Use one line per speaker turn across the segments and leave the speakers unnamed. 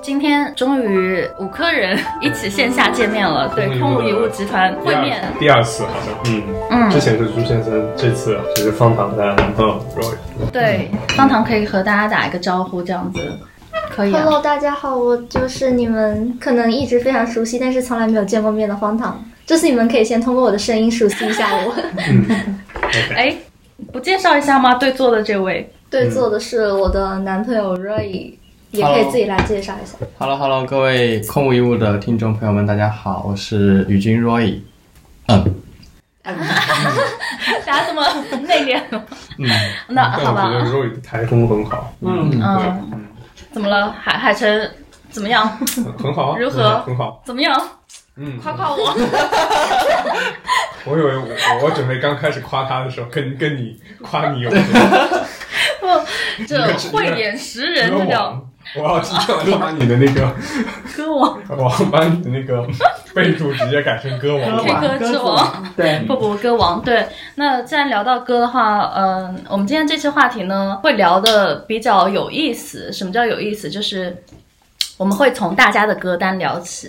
今天终于五颗人一起线下见面了，对，空无一物集团会面。
第二次好像，嗯
嗯
之前是朱先生，这次啊就是方糖在南道 Roy。
对，方糖可以和大家打一个招呼，这样子可以、啊。
Hello，大家好，我就是你们可能一直非常熟悉，但是从来没有见过面的荒唐。这次你们可以先通过我的声音熟悉一下 我。
嗯 OK，
嗯哎，不介绍一下吗？对坐的这 位，
对坐的是我的男朋友 Roy，也可以自己来介绍一下。
Hello Hello，各位空无一物的听众朋友们，大家好，我是宇君 Roy。嗯
大家这么内敛，
嗯，
那
但
好
我觉
吧
得，Roy 的台风很好，嗯，
嗯，怎么了？海海晨怎么样？
很好啊，
如何
很好，
怎么样？
嗯，
夸夸我。
我以为我我准备刚开始夸他的时候，跟跟你夸你有关，
不，这慧眼识人，这
歌
叫
王，我要记下来把你的那个，
歌王
我把你的那个备注直接改成 歌王
，K
吧。
歌之王。
对，
不不，歌王对。那既然聊到歌的话，嗯、我们今天这期话题呢，会聊的比较有意思。什么叫有意思？就是我们会从大家的歌单聊起。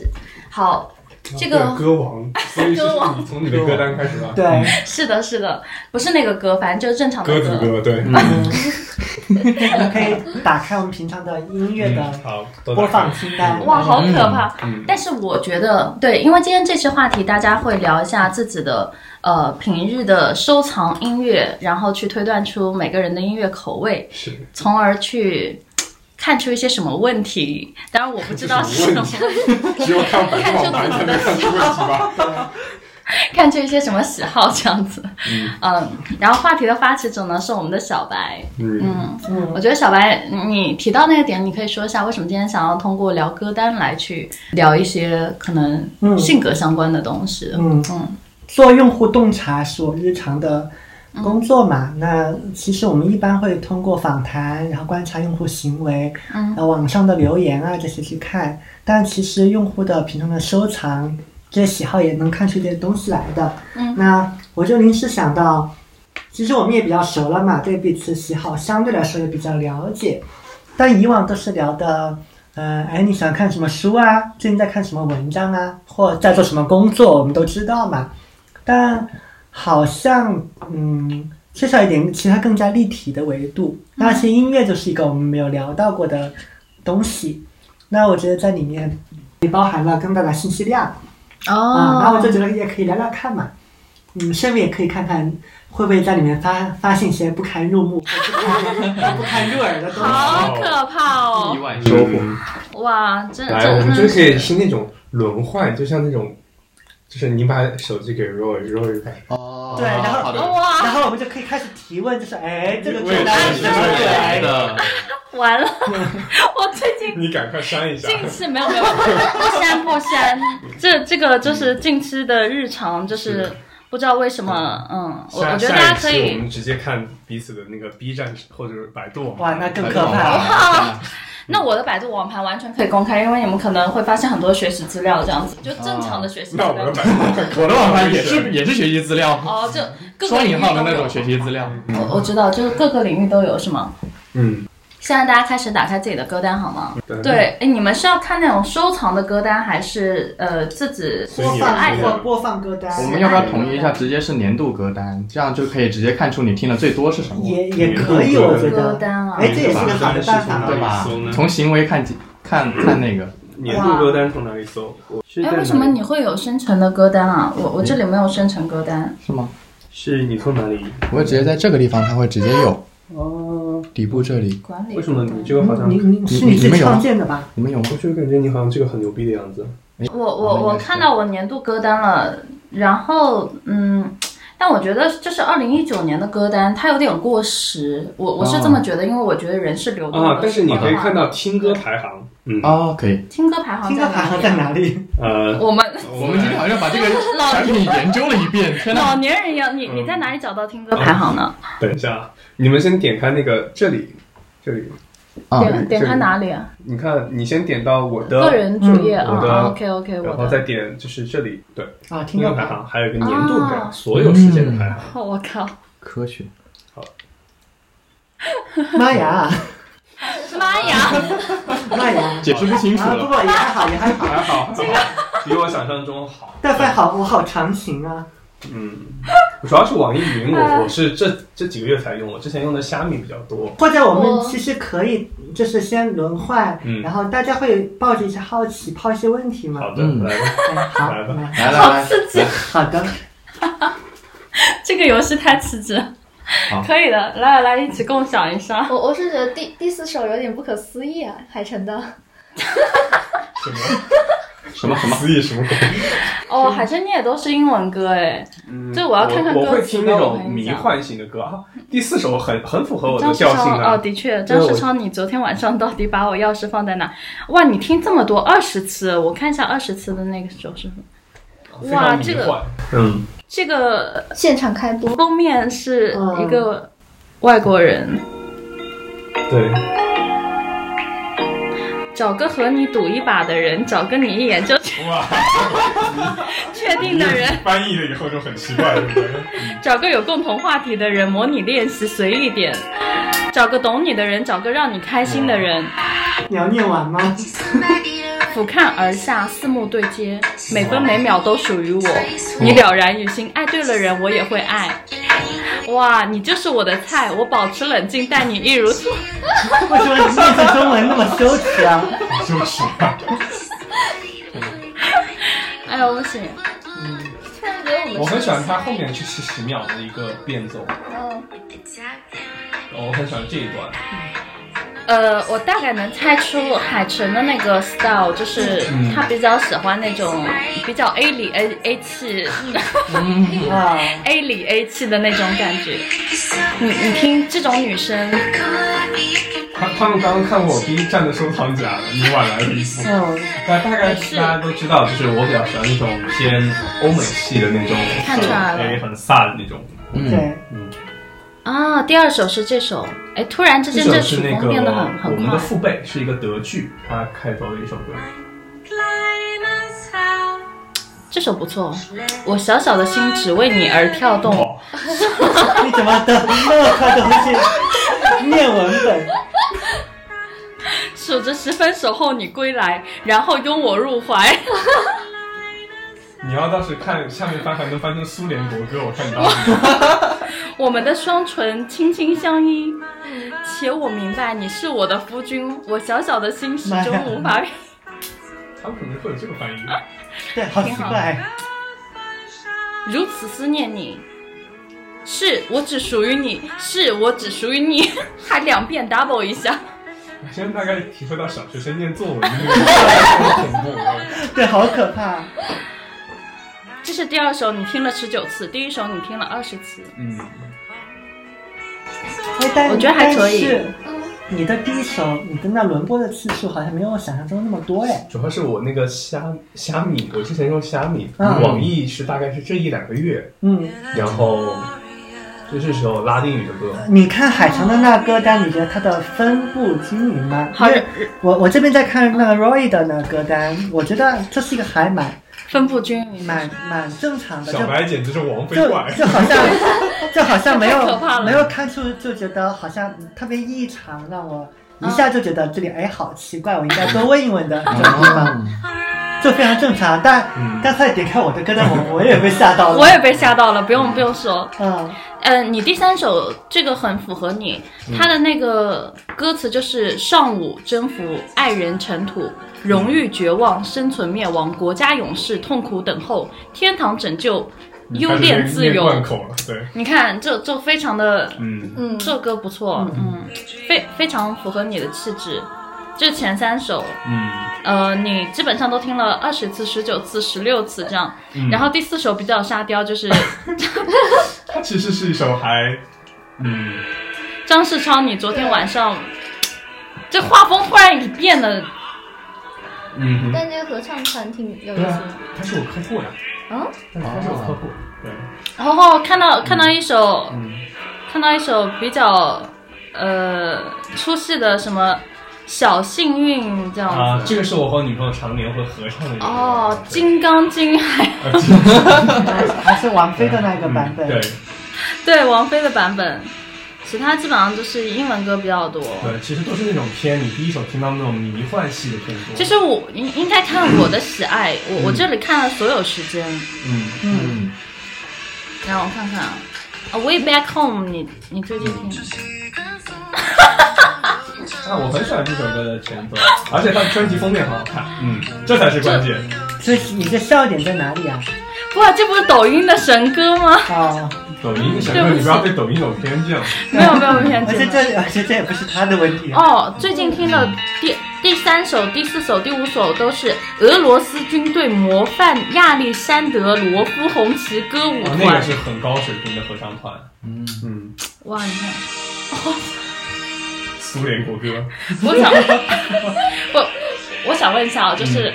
好，这个
哦对歌王，所以是
歌王
你从你的歌单开始吧。
对，
是的，是的，不是那个歌，反正就是正常的
鸽子歌，嗯对，
我们可以打开我们平常的音乐
嗯，
的
好，都打
播
开
放清单。
哇，好可怕！
嗯
但是我觉得，对，因为今天这期话题，大家会聊一下自己的呃平日的收藏音乐，然后去推断出每个人的音乐口味，
是
从而去看出一些什么问题。当然，我不知道是什么，
只有看百宝男才能看出问题吧？
看出一些什么喜好这样子。
嗯
嗯，然后话题的发起者呢是我们的小白。
嗯，
嗯，
嗯
我觉得小白，你提到那个点，你可以说一下为什么今天想要通过聊歌单来去聊一些可能
嗯
性格相关的东西。
嗯，
嗯
做用户洞察是我日常的工作嘛。那其实我们一般会通过访谈，然后观察用户行为，
嗯
呃，网上的留言啊这些去看。但其实用户的平常的收藏这些喜好也能看出一点东西来的。
嗯
那我就临时想到，其实我们也比较熟了嘛，对彼此喜好相对来说也比较了解。但以往都是聊的，呃，哎，你喜欢看什么书啊？最近在看什么文章啊？或在做什么工作，我们都知道嘛。但好像，嗯，缺少一点其他更加立体的维度。那其实音乐就是一个我们没有聊到过的东西。那我觉得在里面也包含了更大的信息量。啊、
哦
然后我就觉得也可以聊聊看嘛，嗯，顺便也可以看看会不会在里面发发现一些不堪入目、 不堪入耳的东西。
好可怕哦
意！外收
收
获。
获。
哇，真
来，我们
真真
就可以是那种轮换，就像那种，就是你把手机给 Roy，Roy 看，
哦
对然后
好的，
然
哇，
后我们就可以开始提问，就是哎，这个
我也
歌
觉
单
得
是
是
什么
这样
鬼？
的，
完了！ 我最近
你赶快删一下。
近期没有没有不删不删， 这这个就是近期的日常，就是
是
不知道为什么，嗯，我
下
我觉得大家可
下一期我
以。
们直接看彼此的那个 B 站或者是百度网
哇，那更可怕！
了。
那我的百度网盘完全可以公开，因为你们可能会发现很多学习资料，这样子就正常的学习资
那我
料
的。百度，
我的网盘也是也是学习资料，
哦，就各个
双
领
引
域
号的
都
那
有
种。学习资料。
我我知道，就是各个领域都有，是吗？
嗯，
现在大家开始打开自己的歌单好吗？
对
对，哎，你们是要看那种收藏的歌单，还是呃自己
所以
播
你
放
是
或播放歌单
我们要不要统一一下，直接是年度歌单，这样就可以直接看出你听的最多是什么，
也也可以，我觉
歌
得。
单啊？
哎，这也是个好的办法。
对吧？从行为看看看那个，
年度歌单从哪里搜？
是
哎，
在
为什
哪
么
里
你会有生成的歌单啊？我我这里没有生成歌单。
是吗？
是你从哪里？
我会直接在这个地方，它会直接有
哦，
底部这里。
管理
为什么你这
个？
个好像
哦你？你是你自己创建的吧？
你们有吗？
我就感觉你好像这个很牛逼的样子。
我我我看到我年度歌单了，然后嗯，但我觉得就是二零一九年的歌单它有点过时，我我是这么觉得，因为我觉得人是流动的。
啊啊，但是你可以看到听歌排行，嗯，
啊，可以。
听歌排行
哦听
在
歌排
哪
行
里
在哪里？
呃，
我们
我们今天好像把这个
老
产品研究了一遍，天哪！
老年人一样，你你在哪里找到听歌排行呢？
等一下，你们先点开那个这里，这里，
啊，
点点开哪里啊？
你看，你先点到我的
个人主页
嗯
啊
我的
o k OK，
然
我
后
的。
再点就是这里，对，
啊，
听
听
歌
歌
排
排
行，
行。
还有一个年度排行，
哦
所有时间的排行。
哦我靠，
科学。
妈呀！
妈呀！
那也
解释不清楚
啊，不
了。
过也还好，也还好。
还好，还好，比我想象中好。
但还好，我好长情啊。
嗯，主要是网易云，我我是这这几个月才用，我之前用的虾米比较多。
或者我们
我
其实可以，就是先轮换，
嗯
然后大家会抱着一些好奇抛一些问题嘛。
好的，
嗯
来吧。
哎好，
来吧
来来
来
来，
好的，
这个游戏太刺激了
好。
可以的，来来来，一起共享一下。
我我是觉得第第四首有点不可思议啊，海晨的。
什么
什么什么？
思义什么鬼？
哦，海参你也都是英文歌哎，
嗯
这我要看看
我
歌词
会听那
我
种
跟你
迷
讲
幻型的歌啊。第四首很很符合我的
张世
调性
超哦，
啊。
的确，张世超，你昨天晚上到底把我钥匙放在哪？哇，你听这么多，二十次，我看一下二十次的那个首是什么？
非常
哦哇
迷
这个
幻
嗯，
这个
现场开播，
封面是一个外国人，
对，
找个和你赌一把的人，找个你一眼就
哇，
确定的人，
翻译了以后就很奇怪，对 不对？
找个有共同话题的人，模拟练习随意点，找个懂你的人，找个让你开心的人，
你要念完吗？
俯瞰而下，四目对接，每分每秒都属于我，你了然于心，爱对了人，我也会爱。哇，你就是我的菜，我保持冷静，待你一如初。
为什么你念起中文那么羞耻啊？
好羞耻啊！
哎呦，不行，
突然给我们
我很喜欢他后面去十十秒的一个变奏，
嗯，
我很喜欢这一段。
呃，我大概能猜出海晨的那个 style，就是
嗯
他比较喜欢那种比较 A 里 A A 气
啊，
A 里 A 气的那种感觉。你你听这种女生，
他他们刚刚看过我第一站的收藏夹了，你晚来了一步。
嗯，
但大概大家都知道，就是我比较喜欢那种偏欧美系的那种，
看出来了
也很飒的那种。
嗯，
对，
啊，第二首是这首，哎，突然之
这
间
首是
曲
那
风
个
变得很
我
很
们的
快。
父辈是一个德剧，它开头的一首歌。
这首不错，我小小的心只为你而跳动。
哇，
你怎么都那么快就会去念文本？
数着十分守候你归来，然后拥我入 怀。
你要倒是看下面翻还能翻成苏联国歌，我看你当时
我们的双唇轻轻相依，且我明白你是我的夫君，我小小的心始终无法。
他们可能会有这个翻译。
对，好奇
挺好
怪。
如此思念你，是我只属于你，是我只属于 你，还两遍 double 一下。
我现在大概体会到小学生念作文的 那个啊恐怖。
对，好可怕。
这是第二首，你听了十九次，第一首你听了二十次。
嗯，
哎，但
我觉得还可以。
但是你的第一首，你的那轮播的次数好像没有我想象中那么多哎。
主要是我那个虾虾米，我之前用虾米，
嗯
网易是大概是这一两个月，
嗯，
然后就这时候拉丁语的歌，
你看海城的那歌单，你觉得它的分布均匀吗？
好
因为我我这边在看那个 Roy 的那个歌单，我觉得这是一个还蛮
分布均匀，
蛮蛮正常的，就
小白简直是王
就
菲
就
怪。
就好 像就好像没
太可怕
有
了
没有看出，就觉得好像特别异常，让我一下就觉得这里哎好奇怪，我应该多问一问的这种 地方，就非常正常。但
哦嗯
刚才点开我的歌单，我我也被吓到了。
我也被吓到了，不用不用说。
嗯，
呃，你第三首这个很符合你，它的那个歌词就是“上午征服爱人尘土，荣誉绝望，生存灭亡，国家勇士痛苦等候，天堂拯救，优恋自
念
由
贯”。口了，对，
你看，这这非常的，
嗯，
嗯
这首歌不错，嗯，非非常符合你的气质。这前三首，
嗯，
呃，你基本上都听了二十次、十九次、十六次这样，然后第四首比较沙雕，就是
它其实是一首还，嗯，
张世超，你昨天晚上这画风突然一变的，
嗯哼，
但这个合唱团挺有意
对
思
啊
的。，
他是我客户呀，
嗯，
但是他是我客户，对，
然后看到看到一首
哦嗯，
看到一首比较呃出戏的什么小幸运这样
啊，
子。
这个是我和我女朋友常年会合唱的一个
哦，《
对
金刚经》还
啊金
还是王菲的那个版
嗯对
本。，
对王菲的版本，其他基本上就是英文歌比较多。
对，其实都是那种偏你第一首听到那种迷幻系的偏多。
其实我应应该看我的喜爱，我我这里看了所有时间，
嗯，
嗯，
让我看看啊，《A Way Back Home》你你最近听？
啊，我很喜欢这首歌的前奏，而且它的专辑封面很好看，嗯，这才是关键。
这你的笑点在哪里啊？
哇，这不是抖音的神歌吗？
哦，
抖音小哥，你不要被抖音有偏见了。
没有没有没有
而且这而且这也不是他的问题啊。
哦，最近听的第第三首、第四首、第五首都是俄罗斯军队模范亚历山德罗夫红旗歌舞
啊，
团。
那个是很高水平的合唱团，
嗯
嗯，
哇，你看，
苏联国歌。
我想，我我想问一下啊，就是、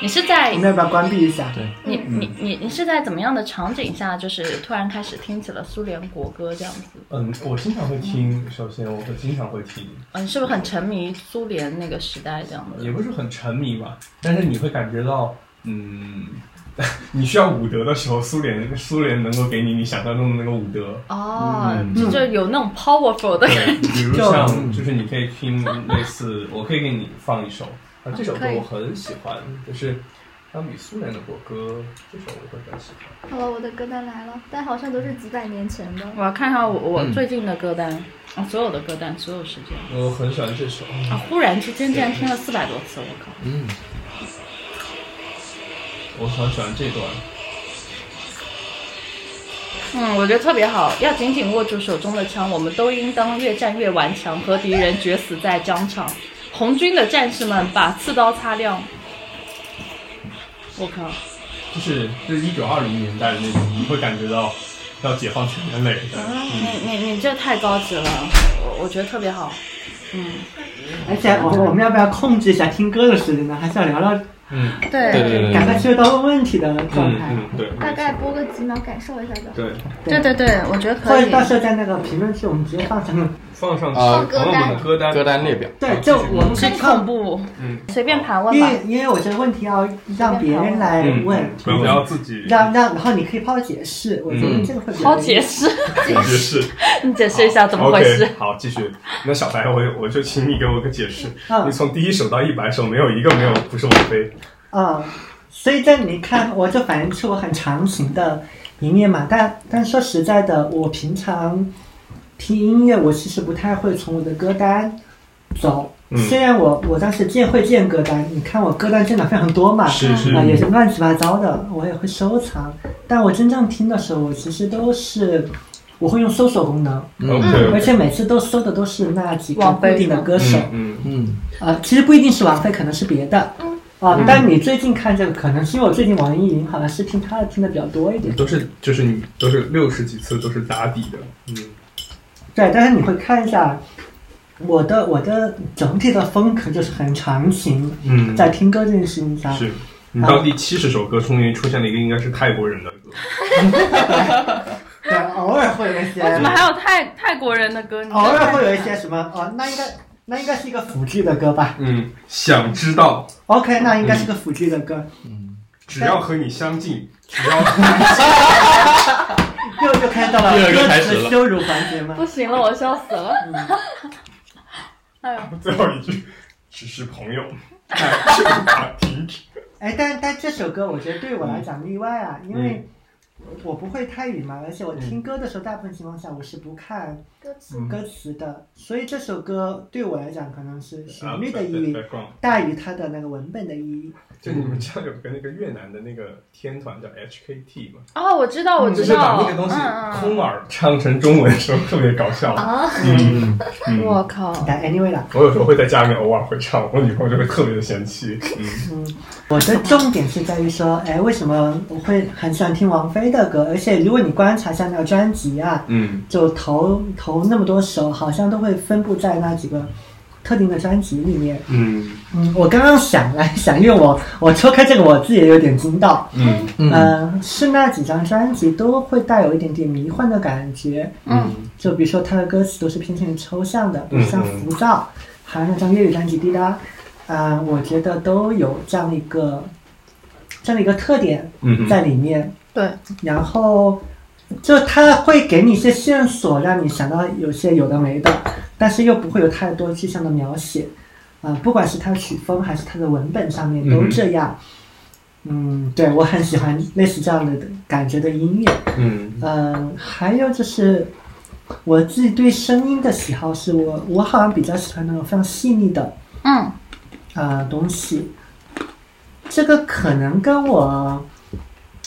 你是在
我们要不要关闭一下？
对，
你你你你是在怎么样的场景下，就是突然开始听起了苏联国歌这样子？
嗯，我经常会听，首先我会经常会听，
嗯、你是不是很沉迷苏联那个时代这样的？
也不是很沉迷吧，但是你会感觉到，嗯， 你需要武德的时候，苏联苏联能够给你你想象中的那个武德。
哦，
嗯
就就有那种 powerful 的
对，比如
就
像就是你可以听类似，我可以给你放一首啊，这首歌
可以
我很喜欢，就是相比苏联的国歌，这首我会很喜欢。
好了，我的歌单来了，但好像都是几百年前的。
我要看一下我我
嗯
最近的歌单，啊，所有的歌单，所有时间
我很喜欢这首，
啊！忽然之间竟然听了四百多次，我靠！
嗯，
我很喜欢这段。
嗯，我觉得特别好。要紧紧握住手中的枪，我们都应当越战越顽强，和敌人决死在疆场。红军的战士们把刺刀擦亮。我靠！
就是就是一九二零年代的那种，你会感觉到要解放全人类。
你你你这太高级了，我我觉得特别好。嗯，
而且我我们要不要控制一下听歌的时间呢？还是要聊聊
嗯
对
对对对
赶快
对，
切入到问问题的状态？啊
嗯嗯，对，
大概播个几秒，感受一下就好。
对，
对对对，我觉得
或
可
者
以。
到时候在那个评论区，我们直接放上。
放上
呃
朋友们的歌单，
歌单列表，
对，就我们可以
真
靠
恐，怖，
嗯，
随便盘问
因
吧。
为因为我觉得问题要让别人来
嗯，
问，
不要不要自己
让让，然后你可以抛解释，我觉得
嗯
这个会比较
好解释，
解释，
你解释一下怎么回事
OK，？好，继续。那小白，我我就请你给我个解释。
嗯
你从第一首到一百首，没有一个没有不是王菲。
啊、所以这你看，我这反映出我很长情的一面嘛。但但说实在的，我平常听音乐，我其实不太会从我的歌单走。
嗯
虽然我我当时建会建歌单，你看我歌单建的非常多嘛，
是是
啊、也是乱七八糟的，我也会收藏。但我真正听的时候，我其实都是我会用搜索功能，
OK，
嗯而且每次都搜的都是那几个
王
固
菲
定的
吗
歌手。
嗯
嗯
呃，其实不一定是王菲，可能是别的。
嗯。
啊，但你最近看这个，可能是因为我最近网易云好像是听她的听的比较多一点
嗯，。都是就是你都是六十几次都是打底的。嗯，
对，但是你会看一下我的我的整体的风格就是很长情，
嗯
在听歌这件事情上。
是你到第七十首歌，终于出现了一个应该是泰国人的歌。
对，偶尔会有一些，
怎么
哎
还有泰泰国人的歌？你
偶尔会有一些什么哦，那应该那应该是一个腐剧的歌吧
嗯，想知道
？OK，那应该是个腐剧的歌，
嗯，
只要和你相近，只要
又又开到 了
又有一个
歌
开始
词
了
羞辱环节吗 嗯
不？行了，我笑死了。哎呦，
最后一句，只是朋友，
哎
就把停止。
哎，但但这首歌我觉得对我来讲例外啊，
嗯
因为我不会泰语嘛，而且我听歌的时候，大部分情况下我是不看
歌词
嗯
歌词的，所以这首歌对我来讲可能是
嗯
旋律的意义
啊
大于它的那个文本的意义。
就你
嗯
们知道有个那个越南的那个天团叫 HKT 吗？
哦，我知道，我
就
知
嗯是把
道。
那个东西
嗯
空耳唱成中文的时候特别搞笑。
啊，
嗯，
嗯，我靠，
但 anyway 啦，
我有时候会在家里面偶尔会唱，我女朋友就会特别的嫌弃。嗯，
嗯，我的重点是在于说，哎，为什么我会很喜欢听王菲的歌？而且如果你观察一下那个专辑啊，
嗯，
就头头那么多首，好像都会分布在那几个特定的专辑里面。
嗯，
嗯，我刚刚想来 想，因为我我抽开这个，我自己也有点惊到。
嗯，
嗯
嗯、是那几张专辑都会带有一点点迷幻的感觉。
嗯，
就比如说他的歌词都是偏向于抽象的，
嗯
比如像《浮躁》，还有那张粤语专辑《滴答》，啊，我觉得都有这样的一个这样的一个特点
嗯，
在里面。
对，
然后就它会给你一些线索，让你想到有些有的没的，但是又不会有太多具象的描写。啊、不管是它的曲风还是它的文本上面都
嗯
这样。嗯，对我很喜欢类似这样的感觉的音乐。
嗯
嗯，还有就是我自己对声音的喜好是我我好像比较喜欢那种非常细腻的
嗯
啊、东西。这个可能跟我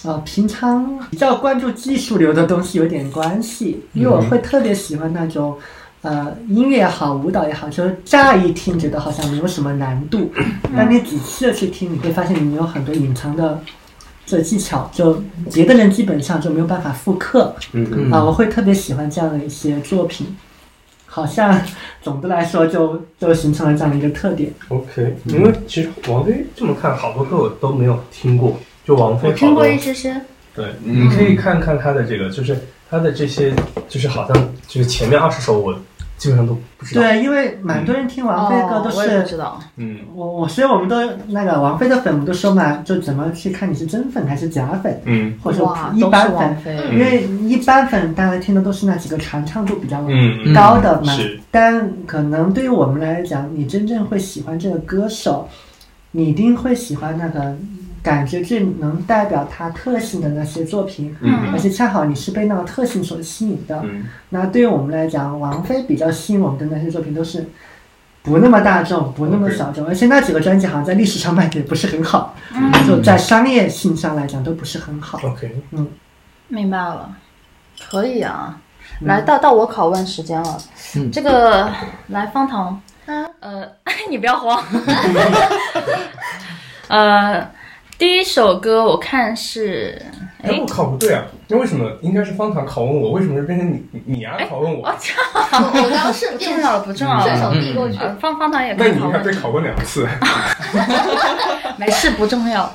呃平常比较关注技术流的东西有点关系，因为我会特别喜欢那种。呃，音乐也好，舞蹈也好，就是乍一听觉得好像没有什么难度，但你仔细的去听，你会发现里面有很多隐藏的这技巧，就别的人基本上就没有办法复刻。
嗯
啊，我会特别喜欢这样的一些作品。好像 总的来说就就形成了这样的一个特点。
，OK，因
嗯
为其实王菲这么看，好多歌我都没有听过，就王菲
我
好
听过
多
一些些，
对，你可以看看他的这个，就是他的这些，就是好像就是前面二十首我基本上都不知道。
对，因为蛮多人听王菲的歌都
哦我也不
是、
知道，
嗯
我我，所以我们都那个王菲的粉，我们都说嘛，就怎么去看你是真粉还是假粉，
嗯
或者
哇，
说一
都是
般
王菲，
粉。
嗯
因为一般粉大家听的都是那几个传唱度比较
嗯
高的嘛，
是
但可能对于我们来讲，你真正会喜欢这个歌手，你一定会喜欢那个感觉最能代表他特性的那些作品，
嗯
而且恰好你是被那个特性所吸引的。
嗯
那对于我们来讲，王菲比较吸引我们的那些作品都是不那么大众、不那么
OK
小众，而且那几个专辑好像在历史上卖的也不是很好，
嗯，
就在商业性上来讲都不是很好。
，OK，
明白了，可以啊。
嗯
来到到我拷问时间了，
嗯
这个来方糖，
嗯
呃， 你不要慌，呃，第一首歌我看是，
哎，我靠，不对啊！那为什么应该是方糖拷问我，为什么是变成你你你啊拷问我
我？操，
我 我刚嗯刚顺
不
便
重要了，不重要
顺手
了。
递过去。
呃，方方糖也可
那
以
你
拷
还被
问，
拷问两次，
没事，不重要。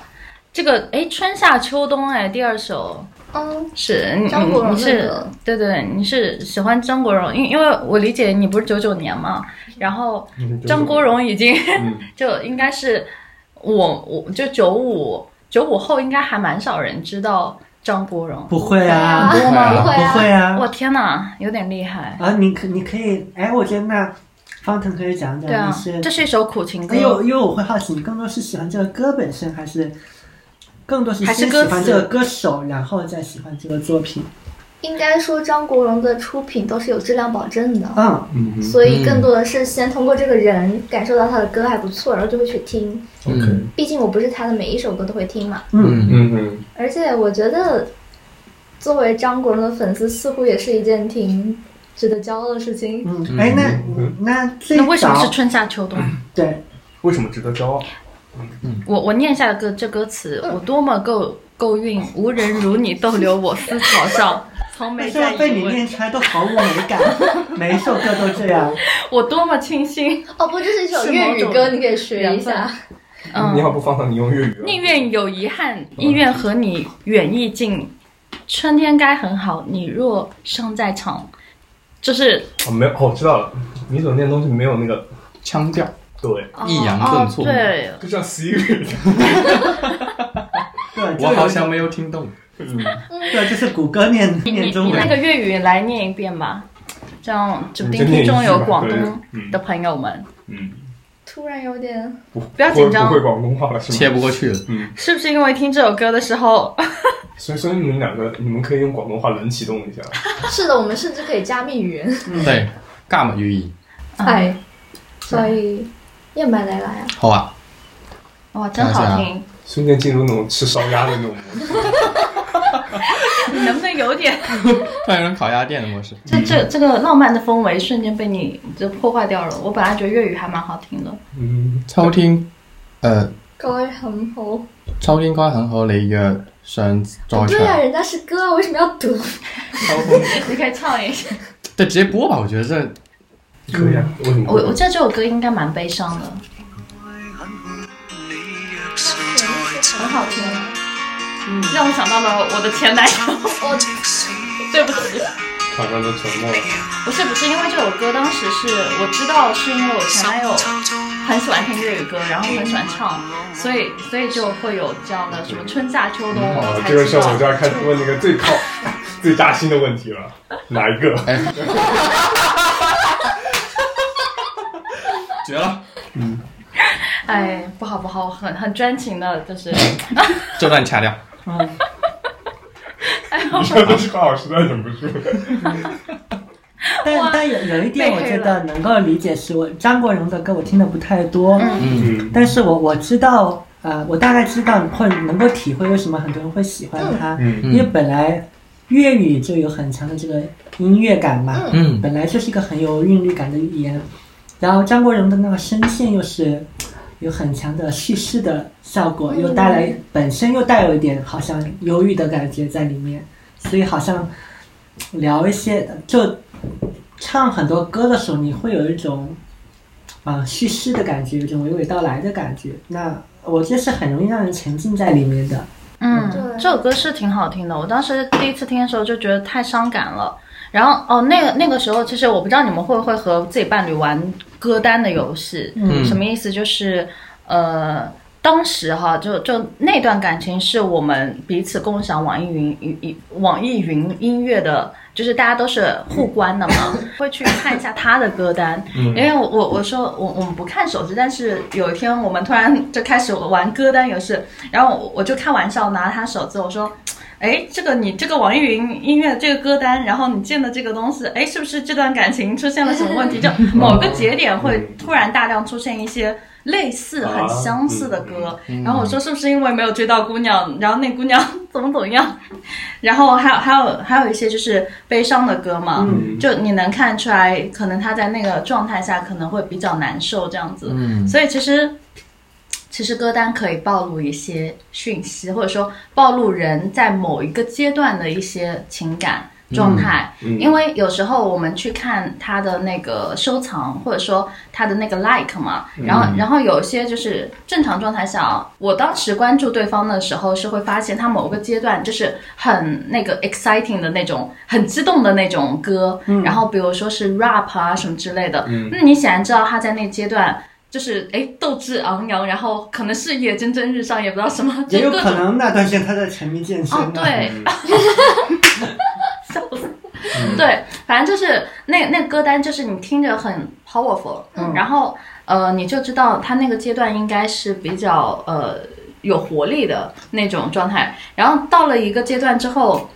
这个哎，春夏秋冬哎，第二首，
嗯，
是你
张国荣
你
的
是
歌
对对，你是喜欢张国荣，因因为我理解你不是九九年嘛，然后张国荣已经、
嗯
就应该是我我就九五九五后应该还蛮少人知道张国荣，
不会
啊
啊，
不
会啊
不会啊，
我天哪，有点厉害，
啊，你可你可以，哎，我觉得那方腾可以讲讲
对啊
你是，
这是一首苦情歌，
嗯哎呦，因为我会好奇，你更多是喜欢这个歌本身，还是更多是
还是
先喜
歌
欢
词
这个歌手，然后再喜欢这个作品？
应该说张国荣的出品都是有质量保证的，
嗯，
嗯
所以更多的是先通过这个人感受到他的歌还不错，然后就会去听。
嗯
毕竟我不是他的每一首歌都会听嘛，
嗯嗯，
嗯
而且我觉得作为张国荣的粉丝，似乎也是一件挺值得骄傲的事情。
嗯，哎，
嗯
那那最
那为什么是
早
春夏秋冬？
对，
为什么值得骄傲？
我我念一下歌这歌词，我多么够够运，无人如你逗留我思潮上， 从没
但
在
是被
疑
你
问，
念出来都毫无美感，每一首歌都这样。
我多么庆幸。
哦，不，这是一首
是
粤
某
语
种
歌，你可以学一 下。
你
嗯，
好，不方糖，你用粤语啊。
宁愿有遗憾，亦愿和你远亦近。春天该很好，你若尚在场，就是
哦，没有，哦，我知道了。你所念的东西没有那个
腔调
对，
抑扬顿挫
哦对，
就像 Siri。
对，
我好像没有听懂。
对，就是谷歌念
你
念
你
中
你那
文。
个粤语来念一遍吧，这样指不定
你 就
听
念一句吧
众有广东
对嗯
的朋友们，
嗯，
突然有点，
不要紧张
不会广东话了是
切
吗？
不过去了，
是不是因为听这首歌的时候，
所以，所以你们两个，你们可以用广东话冷启动一下。
是的，我们甚至可以加密语言。
对，尬嘛语音，
嗯
哎，所以燕麦来来啊，
好啊，
哇，真好听，
瞬间进入那种吃烧鸭的那种模式。
你能不能有点
突然有人烤鸭店的模式。
这
嗯
这这个浪漫的氛围瞬间被你就破坏掉了？我本来觉得粤语还蛮好听的，
嗯，
秋天，呃，
该很好。
秋天該很好，你若尚在場。
对啊，人家是歌，为什么要读？
秋風
你可以唱一下。
对，直接播吧，我觉得这
可以啊。为什么
我
不？
我记得这首歌应该蛮悲伤的，很好听，啊让我想到了我的前 男友。
我
对不起，
场上都沉默了。
不是不是，因为这首歌当时是我知道，是因为我前男友很喜欢听粤语歌，然后很喜欢唱，所以所以就会有这样的什么春夏秋冬。我
哦，
才
这个
知
时候
道
我就要开始问那个最 靠最扎心的问题了，哪一个？
哎，绝了！
哎，不好不好，我很很专情的，就是，
这段掐掉。
嗯，
哎
你这都是高老师在忍不住。
但但有有一点，我觉得能够理解是我张国荣的歌我听的不太多，
嗯
嗯，
嗯，
但是我我知道，呃，我大概知道或者能够体会为什么很多人会喜欢他，
嗯
嗯
因为本来粤语就有很强的这个音乐感嘛，
嗯
本来就是一个很有韵律感的语言，然后张国荣的那个声线又是有很强的叙事的效果，又带来本身又带有一点好像忧郁的感觉在里面，所以好像聊一些就唱很多歌的时候，你会有一种啊、叙事的感觉，有一种娓娓道来的感觉。那我觉得是很容易让人沉浸在里面的。
嗯
对，
这首歌是挺好听的。我当时第一次听的时候就觉得太伤感了。然后哦，那个那个时候，其实我不知道你们会不会和自己伴侣玩歌单的游戏。
嗯
什么意思？就是呃，当时哈，就就那段感情是我们彼此共享网易云云云网易云音乐的，就是大家都是互关的嘛，会去看一下他的歌单。因为我我我说我我们不看手机，但是有一天我们突然就开始玩歌单游戏，然后我我就开玩笑拿他手机，我说。哎，这个你这个网易云音乐这个歌单，然后你建的这个东西，哎，是不是这段感情出现了什么问题？就某个节点会突然大量出现一些类似、很相似的歌，然后我说是不是因为没有追到姑娘，然后那姑娘怎么怎么样，然后还有还有还有一些就是悲伤的歌嘛，
嗯
就你能看出来，可能他在那个状态下可能会比较难受这样子，
嗯
所以其实。其实歌单可以暴露一些讯息，或者说暴露人在某一个阶段的一些情感状态，
嗯
因为 有时候我们去看他的那个收藏，或者说他的那个 like 嘛，
嗯
然后、然后有一些就是正常状态下啊，我当时关注对方的时候是会发现他某个阶段就是很那个 exciting 的那种，很激动的那种歌，
嗯
然后比如说是 rap 啊什么之类的，那你显然知道他在那阶段。就是哎，斗志昂扬，然后可能是也蒸蒸日上，也不知道什么，就
也有
各
可
种
能那段时间他在沉迷健身、
哦
啊，
对，笑死！
嗯
对，反正就是那那歌单，就是你听着很 powerful，、然
嗯
后呃，你就知道他那个阶段应该是比较呃有活力的那种状态。然后到了一个阶段之后，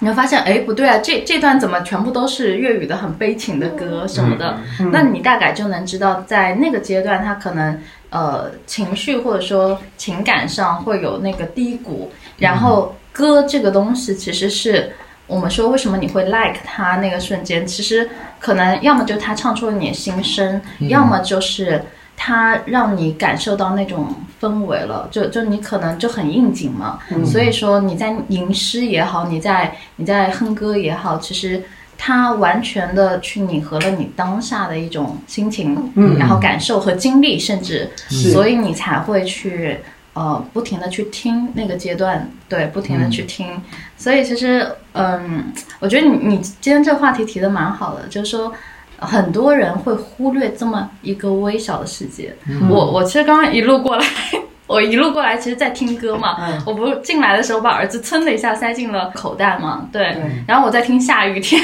你会发现，哎，不对啊，这这段怎么全部都是粤语的很悲情的歌什么的？
嗯
那你大概就能知道，在那个阶段，他可能呃情绪或者说情感上会有那个低谷，然后歌这个东西其实是。我们说为什么你会 like 他那个瞬间，其实可能要么就他唱出了你的心声，要么就是他让你感受到那种氛围了，就就你可能就很应景嘛。所以说你在吟诗也好，你在你在哼歌也好，其实它完全的去拟合了你当下的一种心情，
嗯
然后感受和经历，甚至
是
所以你才会去呃不停的去听那个阶段，对，不
嗯
停的去听。所以其实嗯，我觉得你你今天这个话题提的蛮好的，就是说。很多人会忽略这么一个微小的细节。
嗯
我我其实刚刚一路过来， 我一路过来其实在听歌嘛，
嗯
我不是进来的时候把耳机噌的一下塞进了口袋嘛，对，
对
然后我在听下雨天，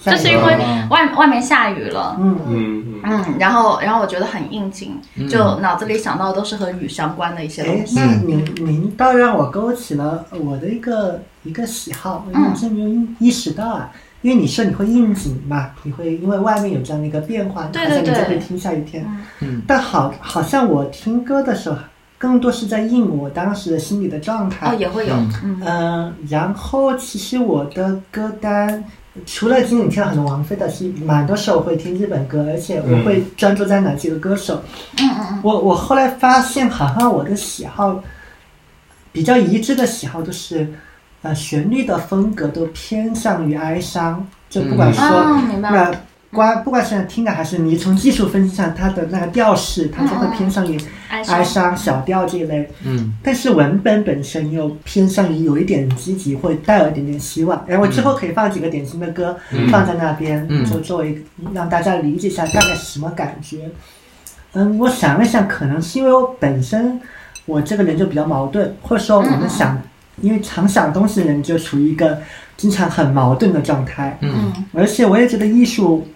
下雨
哦就是因为外外面下雨了。
嗯，
嗯嗯，
嗯，然后然后我觉得很应景，
嗯
就脑子里想到的都是和雨相关的一些
哎
东，西。
那您您倒让我勾起了我的一个一个喜好，我
嗯
真没有意意识到啊。因为你说你会应景嘛，你会因为外面有这样的一个变化，
对
好像你
对
就
对
会听下雨天。
嗯
但好好像我听歌的时候，更多是在应我当时的心理的状态。
哦，也会有，嗯
哎嗯，然后其实我的歌单除了今天听了很多王菲的戏，蛮多时候我会听日本歌，而且我会专注在哪几个歌手。
嗯嗯
我我后来发现，好像我的喜好比较一致的喜好就是，呃，旋律的风格都偏向于哀伤，就不管
嗯，
说、
哦，明白了，
那关不管是听的还是你从技术分析上，它的那个调式，它就会偏向于
嗯哀伤，
哀伤、小调这一类。
嗯
但是文本本身又偏向于有一点积极，会带有一点点希望。哎，我之后可以放几个典型的歌、
嗯
放在那边，
嗯
就作为让大家理解一下大概是什么感觉。嗯，我想了想，可能是因为我本身我这个人就比较矛盾，或者说我们想，
嗯
因为常想东西的人就处于一个经常很矛盾的状态。
嗯
嗯
而且我也觉得艺术，